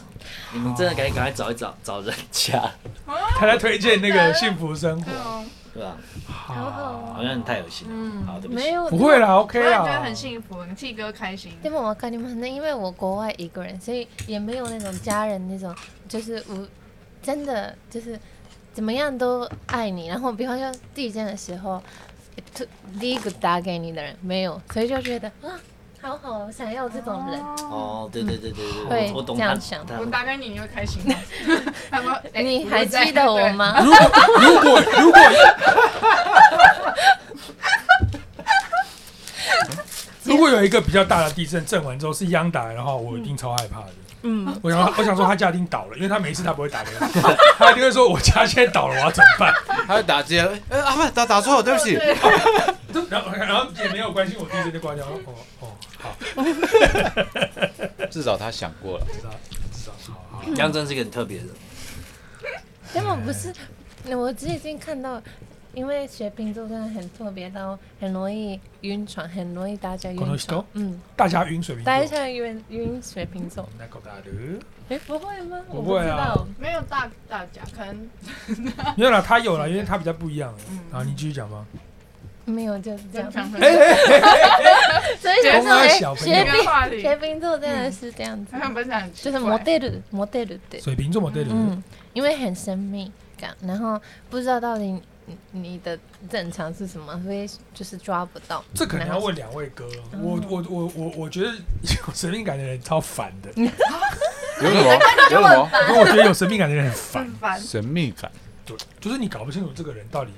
Speaker 5: 你们真的赶紧赶快找一找找人家，
Speaker 1: 他在推荐那个幸福生活
Speaker 3: 对，哦
Speaker 5: 对吧？
Speaker 1: 好
Speaker 5: 好哦像太恶心了。
Speaker 3: 嗯
Speaker 5: 好，对不
Speaker 2: 没
Speaker 5: 起。
Speaker 2: 有
Speaker 1: 不会啦，OK
Speaker 3: 我也觉得
Speaker 2: 啊
Speaker 1: 啦，
Speaker 3: 很幸福，你替哥开心。
Speaker 2: でもわかりますね，因为我国外一个人，所以也没有那种家人那种，就是我真的就是怎么样都爱你。然后比方说地震的时候，突第一个打给你的人没有，所以就觉得啊，好好，我想要这种人。
Speaker 3: 哦，
Speaker 5: 哦，对对对对对，
Speaker 2: 会
Speaker 5: 我我懂
Speaker 2: 这
Speaker 5: 他
Speaker 2: 样
Speaker 5: 他
Speaker 2: 想
Speaker 5: 他
Speaker 3: 我
Speaker 5: 们。
Speaker 3: 打给你，你会 开心吗？他说哎
Speaker 2: 你还记得我？吗？
Speaker 1: 如果如果如果有一个比较大的地震震完之后是央打来的话，我一定超害怕的。
Speaker 2: 嗯，
Speaker 1: 我想我想说他家已经倒了，因为他每一次他不会打给我， 他一定会说我家现在倒了，我要怎么办？
Speaker 4: 他会打结，哎、啊不打打错了，对不起。
Speaker 1: 然后然后也没有关系，我地震就挂掉了。哦哦，好，
Speaker 4: 至少他想过了。
Speaker 1: 知道知道，好好。
Speaker 2: 嗯
Speaker 5: 江真是一个很特别的人，
Speaker 2: 但我不是，我最近看到，因为水瓶座真的很特别，然后很容易晕船，很容易大家
Speaker 1: この
Speaker 2: 晕船
Speaker 1: 人。
Speaker 2: 嗯，
Speaker 1: 大家晕水瓶座
Speaker 2: 大，家晕晕水瓶座。
Speaker 1: 那够大的。
Speaker 2: 哎，不会吗？
Speaker 1: 不
Speaker 2: 我不
Speaker 1: 会
Speaker 2: 知
Speaker 1: 啊
Speaker 2: 道。
Speaker 3: 没有大大家，可能
Speaker 1: 没有啦，他有了，因为他比较不一样。
Speaker 3: 嗯
Speaker 1: 然后你继续讲吧。
Speaker 2: 没有，就是这样
Speaker 3: 正。常。
Speaker 2: 所以
Speaker 1: 公安小
Speaker 2: 说，哎
Speaker 1: 朋友
Speaker 2: 学冰
Speaker 3: 这个话题
Speaker 2: 学冰座真的是这样子
Speaker 3: 好，像不是很奇
Speaker 2: 哎嗯就是
Speaker 3: 怪
Speaker 2: モテるモテるって，
Speaker 1: 水瓶座嘛，对的。
Speaker 2: 嗯，因为很神秘感，然后不知道到底你你的正常是什么，所以就是抓不到。
Speaker 1: 这可能
Speaker 2: 然
Speaker 1: 要
Speaker 2: 后
Speaker 1: 问两位哥。我我我我我觉得有神秘感的人超烦 的，
Speaker 4: 有什么？有什么？
Speaker 1: 因为我觉得有神秘感的人很烦
Speaker 3: 很。烦。
Speaker 4: 神秘感。
Speaker 1: 对，就是你搞不清楚这个人到底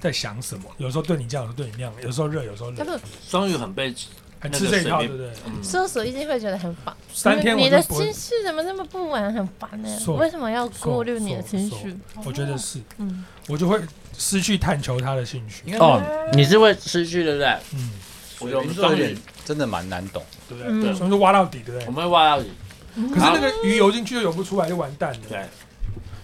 Speaker 1: 在想什么。有时候对你这样，有时候对你那样，有时候热，有时候
Speaker 2: 多
Speaker 1: 冷，
Speaker 2: 分
Speaker 5: 双鱼很被
Speaker 1: 很吃这一套，对
Speaker 5: 那个
Speaker 1: 不对？
Speaker 5: 嗯
Speaker 2: 搜索一定会觉得很烦。
Speaker 1: 三天
Speaker 2: 你
Speaker 1: 我
Speaker 2: 的
Speaker 1: 都不
Speaker 2: 心
Speaker 1: 会。
Speaker 2: 绪怎么那么不稳，很烦呢
Speaker 1: 说？
Speaker 2: 为什么要
Speaker 1: 说
Speaker 2: 过滤你的情
Speaker 1: 说
Speaker 2: 绪？
Speaker 1: 说我觉得是，
Speaker 2: 嗯，
Speaker 1: 我就会失去探求他的兴趣。
Speaker 5: 哦，你是会失去对不对？
Speaker 1: 嗯，
Speaker 5: 我
Speaker 4: 有
Speaker 5: 们
Speaker 4: 时候
Speaker 5: 双
Speaker 4: 有
Speaker 5: 鱼
Speaker 4: 点，真的蛮难懂。
Speaker 1: 对不
Speaker 2: 嗯
Speaker 1: 对？所以说挖到底，对不对
Speaker 5: 我？们会挖到你。
Speaker 1: 可是那个鱼游进去就游不出来，就完蛋了。
Speaker 5: 对，
Speaker 1: 因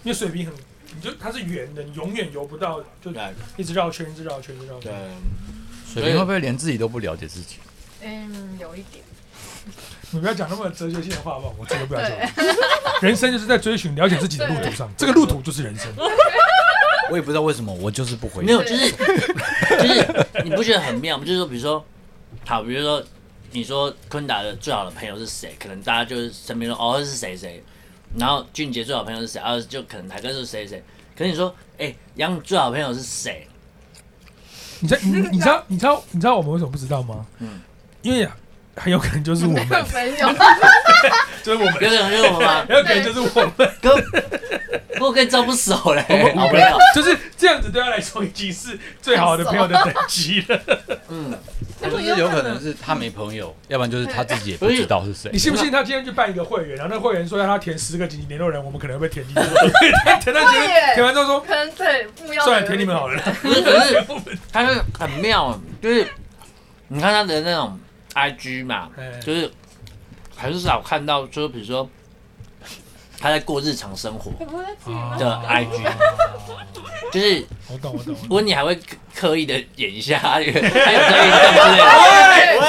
Speaker 1: 因为水平很，你就它是圆的，你永远游不到，就
Speaker 4: 对
Speaker 1: 一直绕圈，一直绕圈，一直绕圈。
Speaker 4: 水瓶会不会连自己都不了解自己？
Speaker 3: 嗯，有一点，
Speaker 1: 你不要讲那么哲学性的话好不好？我真的不要讲。人生就是在追寻了解自己的路途上，这个路途就是人生。
Speaker 4: 我也不知道为什么，我就是不回
Speaker 5: 没有，就是 就是你不觉得很妙吗？就是说，比如说，好，比如说你说昆达的最好的朋友是谁？可能大家就是身边说哦是谁谁，然后俊杰最好的朋友是谁？啊就可能台哥是谁谁。可是你说，哎、杨最好的朋友是谁？
Speaker 1: 你知道你你知道你知道你知道我们为什么不知道吗？
Speaker 5: 嗯
Speaker 1: 因为啊很有可能就是我 们，
Speaker 3: 没有，
Speaker 1: 就是我们，
Speaker 5: 有点就是我们吗？
Speaker 1: 很有可能就是我们，
Speaker 5: 哥，我跟你招不熟嘞，
Speaker 1: 我们
Speaker 5: 好朋友。
Speaker 1: 就是这样子对他来说已经是最好的朋友的等级了。
Speaker 5: 嗯，
Speaker 4: 就是有可能是他没朋友，要不然就是他自己也不知道是谁
Speaker 1: 你。信不信他今天去办一个会员，然后那会员说要他填十个紧急联络人，我们可能会被填进 去。他填到觉
Speaker 3: 对
Speaker 1: 得
Speaker 3: 耶
Speaker 1: 填完之后说，
Speaker 3: 可能对目标
Speaker 1: 算了，填你们好了。
Speaker 5: 可是可是他是很妙，就是你看他的那种 IG 嘛，
Speaker 1: 哎
Speaker 5: 就是很少看到，就是比如说他在过日常生活
Speaker 1: 啊
Speaker 5: 的 IG，就是
Speaker 1: 我懂我懂。我懂
Speaker 5: 温妮还会刻刻意的演一下，还有在运动之类的。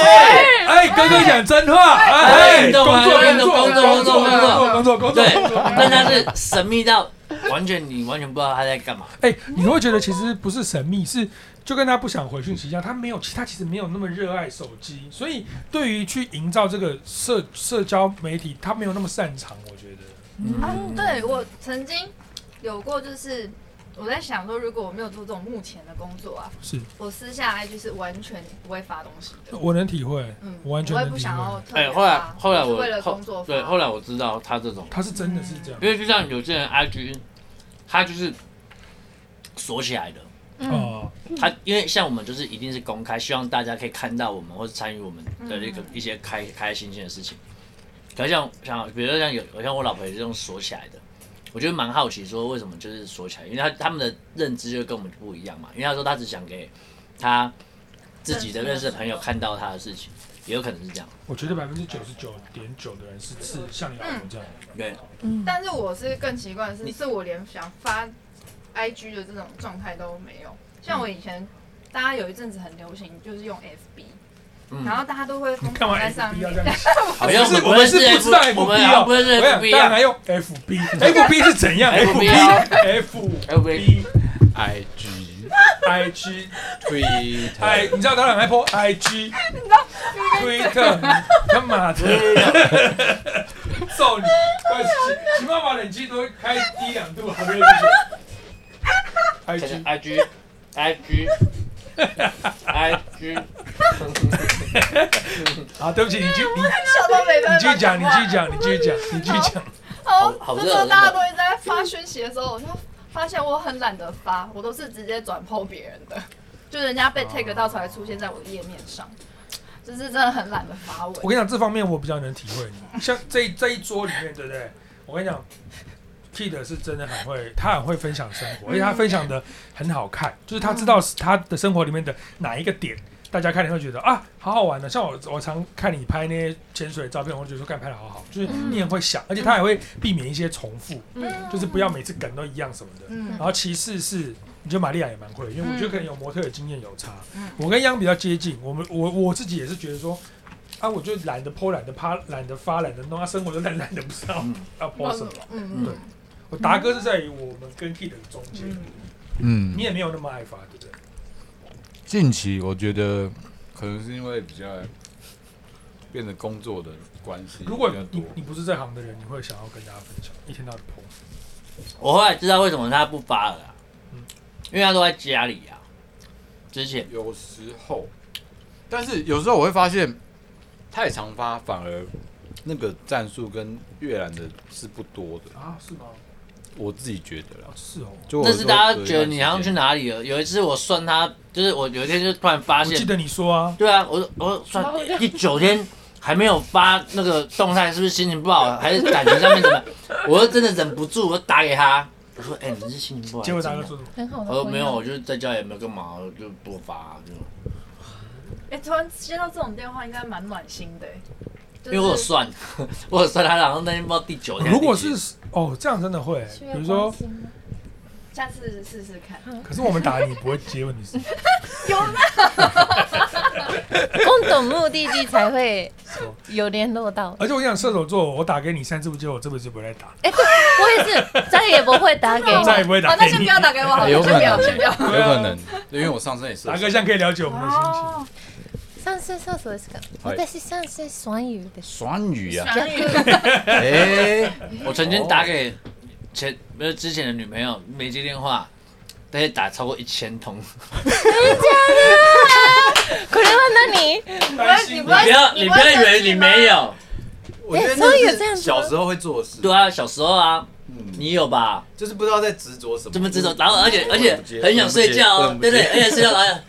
Speaker 1: 哎，哥哥讲真话，哎，
Speaker 5: 运
Speaker 1: 工
Speaker 5: 动啊
Speaker 1: 作
Speaker 5: 运动
Speaker 1: 工
Speaker 5: 工作
Speaker 1: 工作
Speaker 5: 工作
Speaker 1: 工作工作
Speaker 5: 对
Speaker 1: 工作。，
Speaker 5: 但他是神秘到完全你完全不知道他在干嘛。
Speaker 1: 哎，你会觉得其实不是神秘，是就跟他不想回讯息一样，他没有，他其实没有那么热爱手机，所以对于去营造这个社社交媒体，他没有那么擅长，我觉得。
Speaker 3: 嗯，对我曾经有过，就是我在想说，如果我没有做这种目前的工作啊，
Speaker 1: 是，
Speaker 3: 我私下来就是完全不会发东西的。
Speaker 1: 我能体会，
Speaker 3: 嗯，
Speaker 1: 我完全
Speaker 3: 我也
Speaker 1: 能
Speaker 3: 不
Speaker 1: 体
Speaker 3: 想要
Speaker 1: 会。
Speaker 3: 特
Speaker 5: 哎、
Speaker 3: 别发。
Speaker 5: 后来后来
Speaker 3: 啊是
Speaker 5: 我
Speaker 3: 为了
Speaker 5: 后
Speaker 3: 工作发
Speaker 5: 对，后来我知道他这种，
Speaker 1: 他是真的是这样
Speaker 5: 因，为就像有些人 IG，他就是锁起来的。
Speaker 2: 嗯，
Speaker 1: 哦，
Speaker 5: 他因为像我们就是一定是公开，希望大家可以看到我们或者参与我们的那个
Speaker 3: 嗯
Speaker 5: 一些开开心心的事情。可是像像比如说像有像我老婆也是这种锁起来的，我觉得蛮好奇说为什么就是锁起来，因为他他们的认知就跟我们不一样嘛。因为他说他只想给他自己的认识的朋友看到他的事情，也有可能是这样。
Speaker 1: 我觉得百分之九十九点九的人是是像你老婆这样，
Speaker 3: 嗯
Speaker 5: 对，
Speaker 3: 但是我是更奇怪的是，是我连想发 IG 的这种状态都没有。像我以前，大家有一阵子很流行，就是用 FB，、
Speaker 5: 嗯
Speaker 3: 然后大家都会疯
Speaker 1: 干
Speaker 3: 狂
Speaker 1: 嘛
Speaker 3: 在
Speaker 1: F
Speaker 3: 上
Speaker 1: B 啊要
Speaker 3: 面
Speaker 1: 这。 样？
Speaker 5: 好像
Speaker 1: 不是
Speaker 5: 我们
Speaker 1: 是
Speaker 5: 是
Speaker 1: 不知道
Speaker 5: F- 我
Speaker 1: FB
Speaker 5: 们
Speaker 1: 哦，
Speaker 5: 不是
Speaker 1: 我
Speaker 5: FB
Speaker 1: 当然
Speaker 5: 啊
Speaker 1: 还用 FB，FB 是怎样
Speaker 5: FB 啊
Speaker 1: ？FB，FB，
Speaker 4: IG
Speaker 1: IG I，
Speaker 4: Twitter，
Speaker 1: 哎你知道他很爱 po IG，Twitter，他妈的，揍你！我起起码把冷气多开低两度，好不好？IG，
Speaker 5: IG IG IG，
Speaker 1: 好，对不起，你继你
Speaker 3: 笑到没办法
Speaker 1: 你继续讲，你继续
Speaker 3: 讲
Speaker 1: 讲，你继续讲，你继续讲。
Speaker 3: 话。
Speaker 5: 好好
Speaker 3: 好，哦
Speaker 5: 热
Speaker 3: 那时候大家都一直在发讯息的时候，我就发现我很懒得发，我都是直接转 PO 别人的，就人家被 take 到才会出现在我的页面上，就是真的很懒得发文
Speaker 1: 我。跟你讲，这方面我比较能体会你。像这一这一桌里面，对不对？我跟你讲，Kid 是真的很会，他很会分享生活，而且他分享的很好看，就是他知道他的生活里面的哪一个点，大家看你会觉得啊，好好玩的。像我，我常看你拍那些潜水的照片，我就觉得说，干拍的好好，就是
Speaker 3: 嗯
Speaker 1: 你很会想，而且他也会避免一些重复，
Speaker 2: 嗯
Speaker 1: 就是不要每次梗都一样什么的。
Speaker 3: 嗯
Speaker 1: 然后其次是，你觉得玛利亚也蛮会的，因为我觉得可能有模特的经验有差。
Speaker 3: 嗯
Speaker 1: 我跟央比较接近，我们我我自己也是觉得说，啊，我就懒得剖，懒得趴，懒得发，懒得弄，啊，生活就懒懒得不知道
Speaker 5: 嗯
Speaker 1: 要剖什么。
Speaker 3: 嗯
Speaker 1: 对我达哥是在于我们跟 Kid 的中间，
Speaker 3: 嗯
Speaker 4: 嗯
Speaker 1: 你也没有那么爱发，对不对？
Speaker 4: 近期我觉得可能是因为比较变得工作的关系，
Speaker 1: 如果
Speaker 4: 比较
Speaker 1: 你
Speaker 4: 多
Speaker 1: 你不是这行的人，你会想要跟大家分享，一天到晚剖。
Speaker 5: 我后来知道为什么他不发了啊
Speaker 1: 嗯
Speaker 5: 因为他都在家里啊。之前
Speaker 4: 有时候，但是有时候我会发现太常发反而那个战术跟阅览的是不多的，
Speaker 1: 啊，是吗？
Speaker 4: 我自己觉得啦
Speaker 1: 啊，。是哦。
Speaker 4: 就我
Speaker 5: 那是大家
Speaker 4: 说
Speaker 5: 觉得你好像去？哪里了。有一次我算他，就是我有一天就突然发
Speaker 1: 我记
Speaker 5: 现，
Speaker 1: 得你说啊，
Speaker 5: 对啊，我我 算第九天还没有发那个动态，是不是心情不 好，还是感情上面怎么样？我就真的忍不住，我就打给他，我说：“哎、你是心情不好？”
Speaker 1: 结果达哥
Speaker 5: 怎
Speaker 1: 说
Speaker 5: 么
Speaker 1: 什么？
Speaker 2: 很好
Speaker 5: 样
Speaker 2: 的
Speaker 1: 呃
Speaker 2: 回
Speaker 5: 我说
Speaker 3: 啊
Speaker 2: 应。
Speaker 5: 没有，我就是在家也没有干嘛，我就不发、就
Speaker 3: 哎、突然接到这种电话，应该蛮暖心的、欸。就是
Speaker 5: 因为我有算，我有算他，然后那天不知道第九天还第几天。
Speaker 1: 如果是哦，这样真的会，比如说，
Speaker 3: 下次试试看。
Speaker 1: 可是我们打你不会接，问题 是
Speaker 2: 共同目的地才会有联络到。
Speaker 1: 而且我想射手座，我打给你三次不接，我这辈子不会再打。
Speaker 2: 哎、对我也是，再也不会打给
Speaker 1: 我再也
Speaker 2: 你。
Speaker 1: 不会打
Speaker 3: 啊好，那
Speaker 1: 给
Speaker 3: 先
Speaker 1: 你
Speaker 3: 不。要打给我，好了，
Speaker 4: 哎有
Speaker 3: 先
Speaker 4: 可
Speaker 3: 不
Speaker 5: 哎
Speaker 3: 要，
Speaker 4: 能，
Speaker 3: 先不要。
Speaker 4: 有可能，因为我上身也是。
Speaker 1: 达哥现在可以了解我们的心情。
Speaker 3: 哦，
Speaker 2: 算是厕所ですか？
Speaker 4: はい
Speaker 2: 私算是双语的。
Speaker 4: 酸雨啊，
Speaker 3: 双鱼
Speaker 4: 哎，
Speaker 5: 我曾经打给前没有之前的女朋友没接电话，大概打超过一千通。
Speaker 2: これは何？
Speaker 1: 担心
Speaker 5: 你不要你不要以为你没有，
Speaker 4: 我觉得
Speaker 2: 所以有
Speaker 4: 那
Speaker 2: 这样
Speaker 4: 是
Speaker 2: 子吗
Speaker 4: 小时候会做的事，嗯
Speaker 5: 对啊，小时候啊，你有吧？
Speaker 4: 就是不知道在执着什么。
Speaker 5: 这么这种，然后而且而且
Speaker 4: 不接
Speaker 5: 很想睡觉
Speaker 4: 不
Speaker 5: 哦
Speaker 4: 能，不
Speaker 5: 对
Speaker 4: 接
Speaker 5: 不对？而且睡觉然后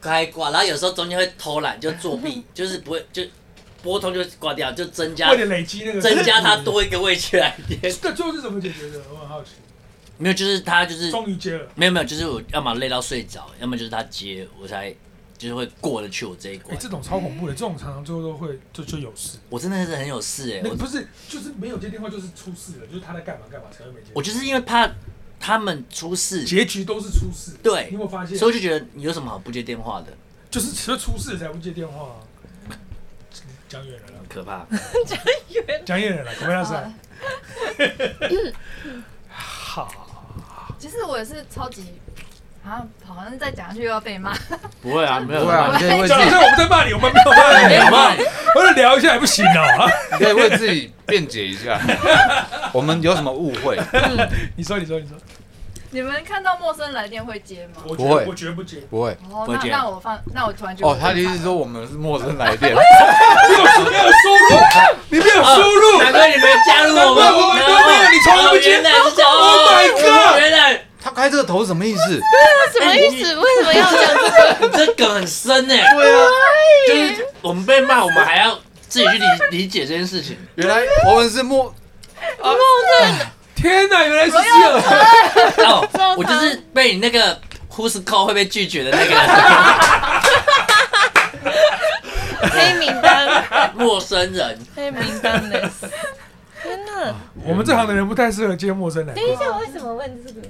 Speaker 5: 该挂，然后有时候中间会偷懒就作 弊，就是不会就拨通就挂掉，就增加
Speaker 1: 为了累积那个
Speaker 5: 增加他。多一个位置来 接。
Speaker 1: 这最后是怎么解决的？我很好奇。
Speaker 5: 没有，就是他就是
Speaker 1: 终于接了，
Speaker 5: 没有没有，就是我要么累到睡着，要么就是他接我才就是会过得去我这一
Speaker 1: 哎，
Speaker 5: 关。
Speaker 1: 这种超恐怖的，这种常常最后都会就就有事。
Speaker 5: 我真的是很有事哎、
Speaker 1: 那
Speaker 5: 我
Speaker 1: 不是，就是没有接电话就是出事了，就是他在干嘛干嘛才会没接。
Speaker 5: 我就是因为怕他们出事，
Speaker 1: 结局都是出事。
Speaker 5: 对
Speaker 1: 你有没有发现？
Speaker 5: 所以我就觉得你有什么好不接电话的？
Speaker 1: 就是只有出事才不接电话啊。讲远了啦，
Speaker 5: 可怕。
Speaker 1: 讲远了啦，回答是
Speaker 3: 好。
Speaker 1: 好，啊
Speaker 3: 其实我也是超级，啊，好像再讲下去又要被骂。
Speaker 5: 不会啊，没哎
Speaker 4: 不会啊，你可以为自
Speaker 1: 讲到
Speaker 4: 己
Speaker 1: 这， 我们在骂你，我们没有骂 你，好不好
Speaker 4: 好不好？
Speaker 1: 我们聊一下也不行 啊。
Speaker 4: 你可以为自己辩解一下。 我们有什么误会？
Speaker 1: 你说，你说，你说，
Speaker 3: 你们看到陌生人来电会接吗？
Speaker 1: 我
Speaker 4: 绝不会
Speaker 1: 我绝不接。
Speaker 4: 不会
Speaker 3: 哦，
Speaker 5: 不会
Speaker 3: 那
Speaker 5: 接
Speaker 3: 那我放，那我突然就
Speaker 4: 哦，他的意思是说我们是陌生来电，
Speaker 1: 你有输，没有输入，你没有输入。
Speaker 4: 啊
Speaker 5: 哦难怪你没加入
Speaker 1: 难
Speaker 5: 我们，
Speaker 1: 怪我们都没有你从来不接
Speaker 5: 哦原来是这样哦
Speaker 1: Oh my god！
Speaker 5: 原来
Speaker 4: 他开这个头什么意思？
Speaker 2: 什么意思？为什么要这样子？
Speaker 5: 你这梗很深 哎、
Speaker 4: 对啊，
Speaker 5: 就是我们被骂，我们还要自己去理理解这件事情。
Speaker 4: 原来我们是陌，
Speaker 1: 天哪，原来是这样。
Speaker 5: 哦，我就是被你那个 Who's Call 会被拒绝的那个
Speaker 2: 黑名单，
Speaker 5: 陌生人。
Speaker 2: 黑名单的。天哪！
Speaker 1: 我们这行的人不太适合接陌生来
Speaker 2: 等一下，为什么问这个？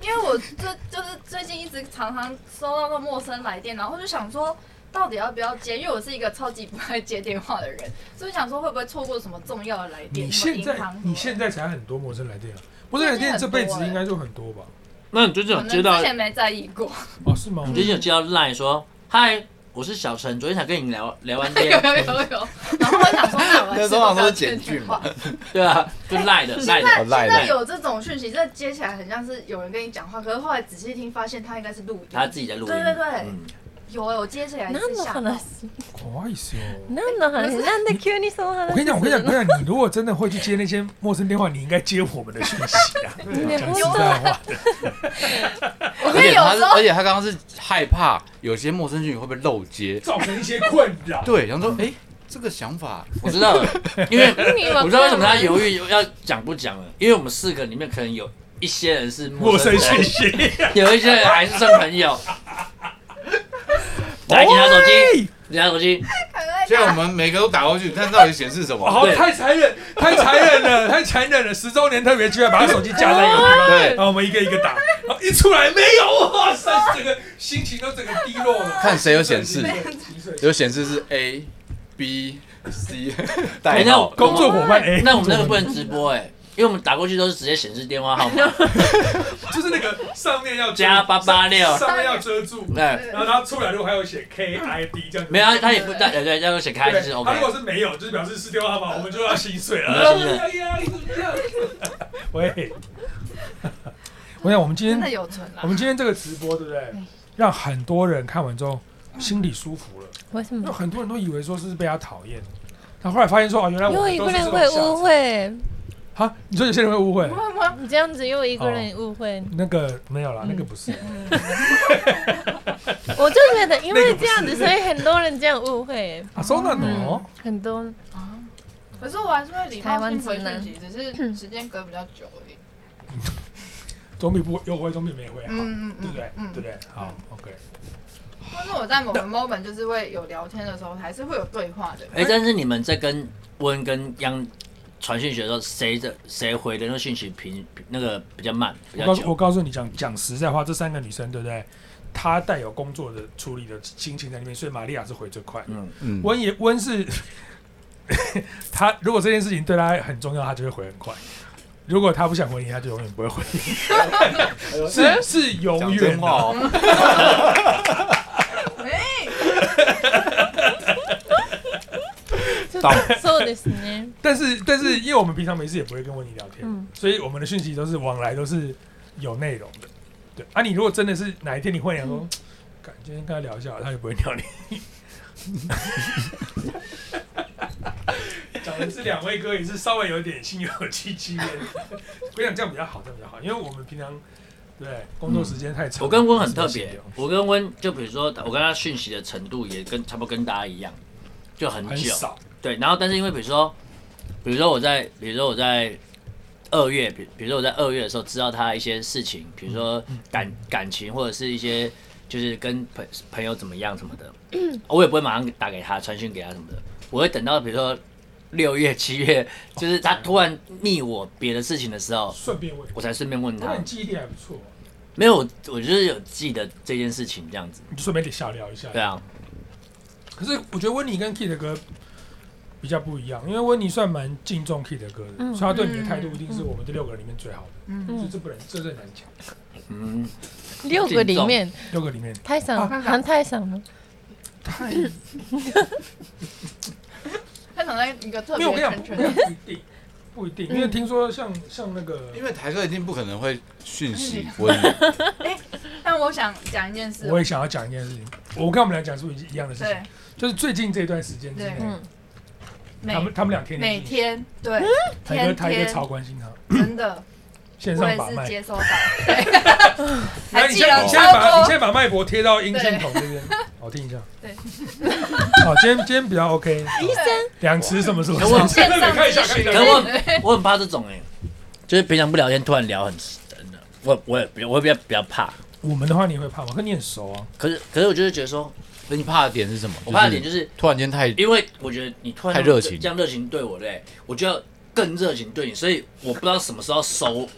Speaker 3: 因为我最就是最近一直常常收到那陌生来电，然后我就想说到底要不要接，因为我是一个超级不爱接电话的人，所以想说会不会错过什么重要的来电？
Speaker 1: 你
Speaker 3: 什么
Speaker 1: 现
Speaker 3: 银
Speaker 1: 在
Speaker 3: 行什么
Speaker 1: 你现在才很多陌生来电啊，陌生来电这辈子应该就很多吧？欸
Speaker 5: 那你最近
Speaker 3: 可能之前没在意过，
Speaker 1: 哦，是吗？
Speaker 5: 你最近有接到 Line 说，嗨，我是小陈，昨天才跟你聊聊完
Speaker 3: 有有
Speaker 5: 天，
Speaker 3: 有有，然后我想说那我还
Speaker 4: 那
Speaker 3: 是
Speaker 4: 时候好像
Speaker 3: 不
Speaker 4: 都
Speaker 3: 要
Speaker 4: 是
Speaker 3: 接
Speaker 4: 简
Speaker 3: 电
Speaker 4: 讯
Speaker 3: 话
Speaker 4: 嘛。，
Speaker 5: 对啊，就 Line 的 Line 的。
Speaker 4: 好
Speaker 3: 现
Speaker 4: 哦赖
Speaker 3: 在
Speaker 4: 的，
Speaker 3: 有这种讯息，这接起来很像是有人跟你讲话，可是后来仔细听发现他应该是录音。
Speaker 5: 他自己在录音，
Speaker 3: 对对对
Speaker 5: 嗯
Speaker 3: 有哎，我接起来
Speaker 2: 何
Speaker 3: 是
Speaker 2: の
Speaker 3: 吓到
Speaker 2: 話。？
Speaker 1: 怖いっすよ。
Speaker 2: 何の話？なんで急にその話？
Speaker 1: 哦我跟你讲，我跟你讲，我跟你讲，你如果真的会去接那些陌生电话，你应该接我们的讯息 啊。讲实在话，
Speaker 3: 我
Speaker 4: 而
Speaker 3: 跟
Speaker 4: 且
Speaker 3: 有
Speaker 4: 他
Speaker 3: 时
Speaker 4: 是，
Speaker 3: 候
Speaker 4: 而且他刚刚是害怕有些陌生讯息会被漏接，
Speaker 1: 造成一些困扰。
Speaker 4: 对，然后说，哎，这个想法，
Speaker 5: 我知道了，因 为
Speaker 2: 你
Speaker 5: 我
Speaker 2: 我
Speaker 5: 知道为什么他犹豫要讲不讲了，因为我们四个里面可能有一些人是陌生人，
Speaker 1: 息，
Speaker 5: 有一些人还是算朋 友。来，检查手机，检查手机，
Speaker 3: 哎
Speaker 4: 虽然我们每个都打过去，但到底显示什么？
Speaker 1: 好，
Speaker 5: 对
Speaker 1: 太残忍，太残忍 了，太残忍了！十周年特别计划把他手机夹在一个地
Speaker 5: 啊
Speaker 1: 方，
Speaker 4: 对
Speaker 1: 然，后我们一个一个打，然后一出来没有，哇塞，整个心情都整个低落了。
Speaker 4: 看谁有显示
Speaker 1: 对对对
Speaker 4: 有显示是 A B C
Speaker 5: 哎
Speaker 4: 代
Speaker 5: 那
Speaker 4: 号
Speaker 5: 我，
Speaker 1: 工作伙伴 A，
Speaker 5: 那我们那个不能直播哎、因为我们打过去都是直接显示电话 号码，
Speaker 1: 就是那个上面要遮
Speaker 5: 加八八六
Speaker 1: 上面要遮住，
Speaker 5: 对，
Speaker 1: 然后他出来如果还有写 K I D 这样子，
Speaker 5: 没有，他也不带，对对，要用显开就
Speaker 1: 对
Speaker 5: 是
Speaker 1: 他
Speaker 5: OK
Speaker 1: 如。果是没有，就是表示是电话 号码，我们就要心碎了。
Speaker 5: 没有
Speaker 1: 哎呀，你怎么这样？ 喂，我想我们今
Speaker 3: 真的
Speaker 1: 天
Speaker 3: 有存啊啦
Speaker 1: 我。们今天这个直播，对不对？让很多人看完之后心里舒服了。
Speaker 2: 为什
Speaker 1: 那
Speaker 2: 么？
Speaker 1: 很多人都以为说是被他讨厌，他后来发现说哦，原来
Speaker 2: 因
Speaker 1: 我们
Speaker 2: 为一
Speaker 1: 都
Speaker 2: 个
Speaker 1: 是这种
Speaker 2: 人会嗯误
Speaker 1: 下场。
Speaker 2: 会，
Speaker 1: 啊，你说有些人会误会，
Speaker 3: 会吗？
Speaker 2: 你这样子又一个人误会，
Speaker 1: 那个没有啦，那个不是。
Speaker 2: 我就觉得因为这样子，所以很多人这样误会，
Speaker 1: 啊，そうなの
Speaker 2: 嗯？，很多。
Speaker 3: 可是我还是会礼
Speaker 2: 啊台
Speaker 3: 貌
Speaker 2: 湾
Speaker 3: 性回
Speaker 2: 直男
Speaker 3: 讯息，只 是时间隔比较久而已。
Speaker 1: 总比不有会，总比没会好，
Speaker 3: 嗯嗯
Speaker 1: 对不对？对
Speaker 3: 嗯
Speaker 1: 不对？好，OK。
Speaker 3: 但是我在某个 moment 就是会有聊天的时候，还是会有对话的。
Speaker 5: 哎、但是你们在跟温跟央传讯息的时候，谁的谁回的那个讯息频那个比较慢，
Speaker 1: 我
Speaker 5: 比较
Speaker 1: 告诉
Speaker 5: 久。
Speaker 1: 我告诉你讲讲实在话，这三个女生对不对？她带有工作的处理的心情在里面，所以玛利亚是回最快的。
Speaker 5: 嗯，
Speaker 4: 嗯，
Speaker 1: 温也温是， 她如果这件事情对她很重要，她就会回很快；如果她不想回你，她就永远不会回你。是是永
Speaker 4: 讲
Speaker 1: 远
Speaker 5: 啊
Speaker 4: 真话
Speaker 1: 的。
Speaker 4: 哦，到
Speaker 2: そうですね。
Speaker 1: 但是但是，因为我们平常没事也不会跟温妮聊天，
Speaker 2: 嗯
Speaker 1: 所以我们的讯息都是往来都是有内容的。对啊，你如果真的是哪一天你会想说，感觉应该聊一下，他就不会聊你。讲的是两位哥也是稍微有点心有戚戚焉， 我想这样比较好，这样比较好，因为我们平常对工作时间太长。
Speaker 5: 嗯我跟温很特
Speaker 1: 没什么
Speaker 5: 别
Speaker 1: 闲，
Speaker 5: 我跟温就比如说我跟他讯息的程度也跟差不多跟大家一样，就很
Speaker 1: 聊，很
Speaker 5: 久。
Speaker 1: 少。
Speaker 5: 对，然后但是因为比如说，比如说我在，比如说我在二月，比比如说我在二月的时候知道他一些事情，比如说感感情或者是一些就是跟朋朋友怎么样什么的，我也不会马上打给他传讯给他什么的，我会等到比如说六月七月，就是他突然密我别的事情的时候，
Speaker 1: 顺便问，
Speaker 5: 我才顺便问
Speaker 1: 那
Speaker 5: 他
Speaker 1: 你。记忆力还不错，
Speaker 5: 没有，我就是有记得这件事情这样子。
Speaker 1: 你就顺便小聊一下。
Speaker 5: 对啊，
Speaker 1: 可是我觉得温妮跟 Kid 的歌比较不一样，因为温妮算蛮敬重 Kid 的歌的，
Speaker 2: 嗯
Speaker 1: 所以他对你的态度一定是我们这六个人里面最好的。
Speaker 2: 嗯
Speaker 1: 所以这不能，这是很难讲。
Speaker 5: 嗯，
Speaker 2: 六个里面，
Speaker 1: 六个里面，
Speaker 2: 泰さん、韩泰さん吗？
Speaker 1: 太没
Speaker 3: 他可能一个特别嗯
Speaker 1: 有我跟你
Speaker 3: 的
Speaker 1: 讲，
Speaker 3: 圈
Speaker 1: 不
Speaker 3: 圈
Speaker 1: 不一定，不一定，因为听说像像那个，
Speaker 4: 因为台哥一定不可能会讯息温妮，
Speaker 3: 但我想讲一件事哦
Speaker 1: 我，也想要讲一件事情，我跟我们俩讲述一一样的事
Speaker 3: 对
Speaker 1: 情，，就是最近这段时间之
Speaker 3: 对
Speaker 1: 内，
Speaker 2: 嗯，
Speaker 1: 他
Speaker 3: 每
Speaker 1: 们他嗯们俩天
Speaker 3: 每
Speaker 1: 天
Speaker 3: 天对，
Speaker 1: 台哥
Speaker 3: 天
Speaker 1: 台哥
Speaker 3: 天
Speaker 1: 超关心他，
Speaker 3: 真的，
Speaker 1: 线
Speaker 3: 我
Speaker 1: 上
Speaker 3: 也
Speaker 1: 把
Speaker 3: 是
Speaker 1: 脉。
Speaker 3: 接收到，对，
Speaker 1: 来，
Speaker 3: 还
Speaker 1: 你
Speaker 3: 记
Speaker 1: 现
Speaker 3: 得
Speaker 1: 在你现在把你现
Speaker 3: 超多，
Speaker 1: 在把脉搏贴到音线
Speaker 3: 对
Speaker 1: 筒这 边，好听一下。
Speaker 3: 对，
Speaker 1: 好，今天今天比较 OK。
Speaker 3: 医生
Speaker 1: 两池什么什么？
Speaker 5: 可我
Speaker 3: 线 上
Speaker 1: 看一下，
Speaker 3: 咨
Speaker 1: 看一
Speaker 3: 询
Speaker 1: 下。
Speaker 5: 可我很我很怕这种哎、就是平常不聊天，突然聊很深的，我我也比我会比较比较怕。
Speaker 1: 我们的话你会怕吗？可你很熟啊，
Speaker 5: 可是可是我就是觉得说，
Speaker 4: 那你怕的点是什么？
Speaker 5: 我怕的点就是
Speaker 4: 突然间太
Speaker 5: 因为我觉得你突然
Speaker 4: 太热情
Speaker 5: 这样热情对我嘞、我就要更热情对你，所以我不知道什么时候收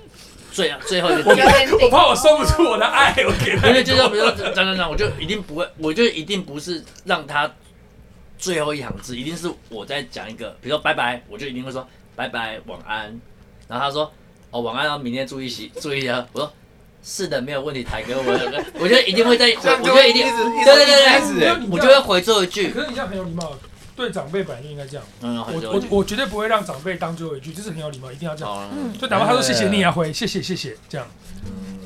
Speaker 5: 最最后一个
Speaker 3: 有。点顶
Speaker 1: 我怕我收不住我的爱，我给他
Speaker 5: 因。为就是比如说张张张，我就一定不会，我就一定不是让他最后一行字，一定是我在讲一个，比如说拜拜，我就一定会说拜拜晚安，然后他说哦晚安，然后明天注意洗注意啊，我说是的，没有问题，台哥，我我就一定会在， 我我就一定，对对对
Speaker 1: 一直
Speaker 3: 欸
Speaker 4: 欸
Speaker 5: 对，我就会回最后一句，
Speaker 1: 哎可是你这样很有礼貌，对长辈本来就应该这样。
Speaker 3: 啊
Speaker 5: 嗯，
Speaker 1: 我
Speaker 5: 回最后一
Speaker 1: 我
Speaker 5: 句，哦
Speaker 1: 我绝对不会让长辈当最后一句，这是很有礼貌，一定要这样。
Speaker 5: 好了，
Speaker 2: 嗯
Speaker 1: 就哪怕他说
Speaker 3: 哎
Speaker 1: 谢谢，你也要回谢谢谢谢这样。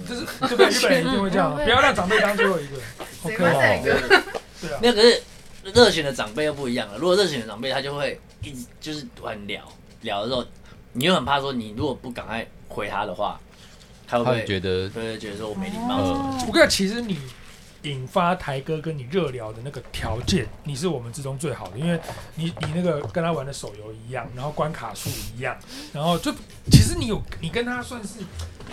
Speaker 1: 就是对不对？日本人一定会这样，不要让长辈当最后一 个。
Speaker 3: 嗯谁
Speaker 1: OK，
Speaker 3: 会
Speaker 1: 吗
Speaker 3: 在一个
Speaker 1: 对啊
Speaker 5: 没。有，可是热情的长辈又不一样了。如果热情的长辈，他就会一直就是很聊聊的时候，你又很怕说，你如果不赶快回他的话，他会
Speaker 4: 他
Speaker 5: 不
Speaker 4: 会
Speaker 5: 会
Speaker 4: 觉得
Speaker 5: 就会觉得说我没礼貌？
Speaker 4: 呃，
Speaker 1: 我跟你讲，其实你引发台哥跟你热聊的那个条件，你是我们之中最好的，因为你你那个跟他玩的手游一样，然后关卡数一样，然后就其实你有你跟他算是，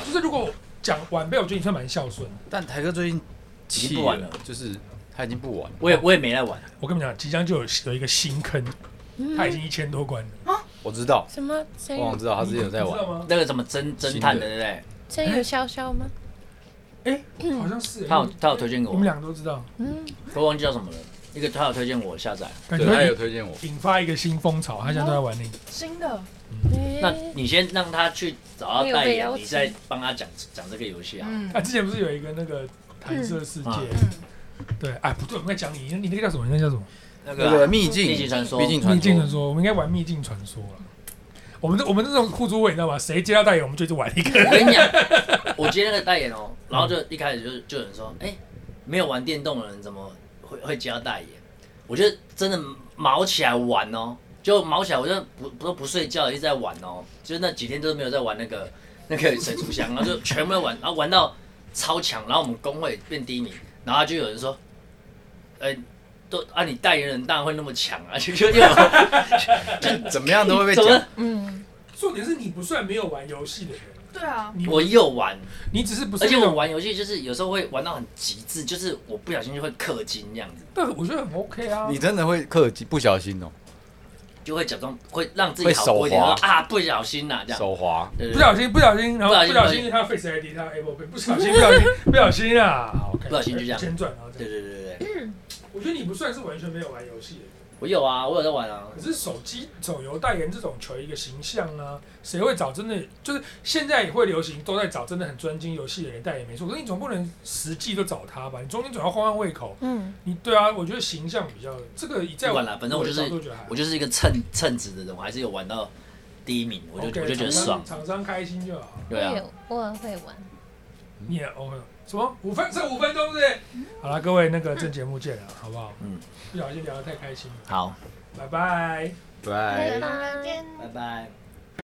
Speaker 1: 就是如果讲晚辈，我觉得你算蛮孝顺的。
Speaker 4: 但台哥最近气
Speaker 5: 不玩了，
Speaker 4: 就是他已经不玩了。
Speaker 5: 我也我也没来玩，
Speaker 1: 我跟你们讲，即将就有有一个新坑，他已经一千多关了，
Speaker 4: 我知道，
Speaker 2: 什么？真
Speaker 4: 我好
Speaker 2: 有
Speaker 4: 像知道啊他之前有在
Speaker 1: 你知道
Speaker 4: 玩，
Speaker 1: 吗？
Speaker 5: 那个什么侦侦探的，
Speaker 4: 新
Speaker 5: 对不对？
Speaker 2: 真有潇潇吗？
Speaker 1: 哎、好像是、
Speaker 5: 他有他有推荐给
Speaker 1: 我
Speaker 5: 我
Speaker 1: 们，两个都知道，
Speaker 2: 嗯，
Speaker 5: 我忘记叫什么了。一个他有推荐我下载，
Speaker 1: 感
Speaker 4: 对，他有
Speaker 1: 觉
Speaker 4: 推荐我。
Speaker 1: 引发一个新风潮，他现在都在玩那个。
Speaker 3: 新的，
Speaker 5: 那你先让他去找他代
Speaker 2: 我有哎被
Speaker 5: 言
Speaker 2: 邀，
Speaker 5: 你
Speaker 2: 请
Speaker 5: 再帮他讲讲这个游戏啊。
Speaker 3: 嗯
Speaker 1: 啊，，之前不是有一个那个弹射世界？
Speaker 5: 嗯
Speaker 1: 对，哎，不对，我们在讲你，你那个叫什么？那个叫什么？
Speaker 5: 那
Speaker 4: 那个
Speaker 5: 个啊
Speaker 4: 秘境，
Speaker 5: 秘境传说
Speaker 4: 秘境
Speaker 1: 秘境
Speaker 4: 传
Speaker 1: 传
Speaker 4: 说，
Speaker 1: 说，我们应该玩秘境传说了。我们这我们这种互助会，你知道吗？谁接到代言，我们就去玩一个。
Speaker 5: 我跟你讲，我接那个代言哦，然后就一开始就就有人说，哎、没有玩电动的人怎么会会接到代言？我就真的毛起来玩哦，就毛起来，我就不不都不睡觉，一直在玩哦，就是那几天都没有在玩那个那个水族箱，然后就全部在玩，然后玩到超强，然后我们工会变第一名，然后就有人说，哎、都啊，你代言人当然会那么强啊，就就就
Speaker 4: 怎么样都会被
Speaker 5: 怎么
Speaker 4: 讲。
Speaker 2: 嗯，
Speaker 1: 重点是你不算没有玩游戏的人，
Speaker 3: 对啊，
Speaker 1: 你
Speaker 5: 我又玩，
Speaker 1: 你只是不是
Speaker 5: 而且
Speaker 1: 那
Speaker 5: 我
Speaker 1: 种，
Speaker 5: 玩游戏就是有时候会玩到很极致，就是我不小心就会氪金这样子。
Speaker 1: 但我觉得很 OK 啊。
Speaker 4: 你真的会氪金，不小心哦。
Speaker 5: 就会假装会让自己
Speaker 4: 会
Speaker 5: 好过一点，
Speaker 4: 手
Speaker 5: 然
Speaker 4: 滑
Speaker 5: 后啊不小心呐、这样，
Speaker 4: 手滑，
Speaker 5: 对
Speaker 1: 不
Speaker 5: 对对
Speaker 1: 小心，不小心，然后不小
Speaker 5: 不小心
Speaker 1: 心，他 Face ID，他 Apple Pay，不小心，不小心，不小心啊，OK，
Speaker 5: 不小心就这样
Speaker 1: 先转，然后再
Speaker 5: 对对对对对，
Speaker 1: 我觉得你不算是完全没有玩游戏的，
Speaker 5: 我有啊，我有在玩啊，
Speaker 1: 可是手机手游代言这种求一个形象啊，谁会找真的就是现在也会流行，都在找真的很专精游戏的人代言没错，可是你总不能实际都找他吧？你中间总要换换胃口。
Speaker 2: 嗯，
Speaker 1: 你对啊，我觉得形象比较这个一在
Speaker 5: 不管啦反正我就是
Speaker 1: 的角度觉得还好
Speaker 5: 我就是一个称称职的人，我还是有玩到第一名，我就
Speaker 1: OK，
Speaker 5: 我就觉得
Speaker 1: 厂商
Speaker 5: 爽，
Speaker 1: 厂商开心就好。
Speaker 5: 对
Speaker 2: 我
Speaker 5: 啊
Speaker 2: 也，偶尔会玩。
Speaker 1: 你也 OK？什么五分剩五分钟是不是？好了，各位那个正节目见了，好不好？
Speaker 5: 嗯，
Speaker 1: 不小心聊得太开心了，
Speaker 5: 好，
Speaker 1: 拜拜。
Speaker 5: 哎
Speaker 4: 对。
Speaker 2: 拜拜
Speaker 5: 拜拜。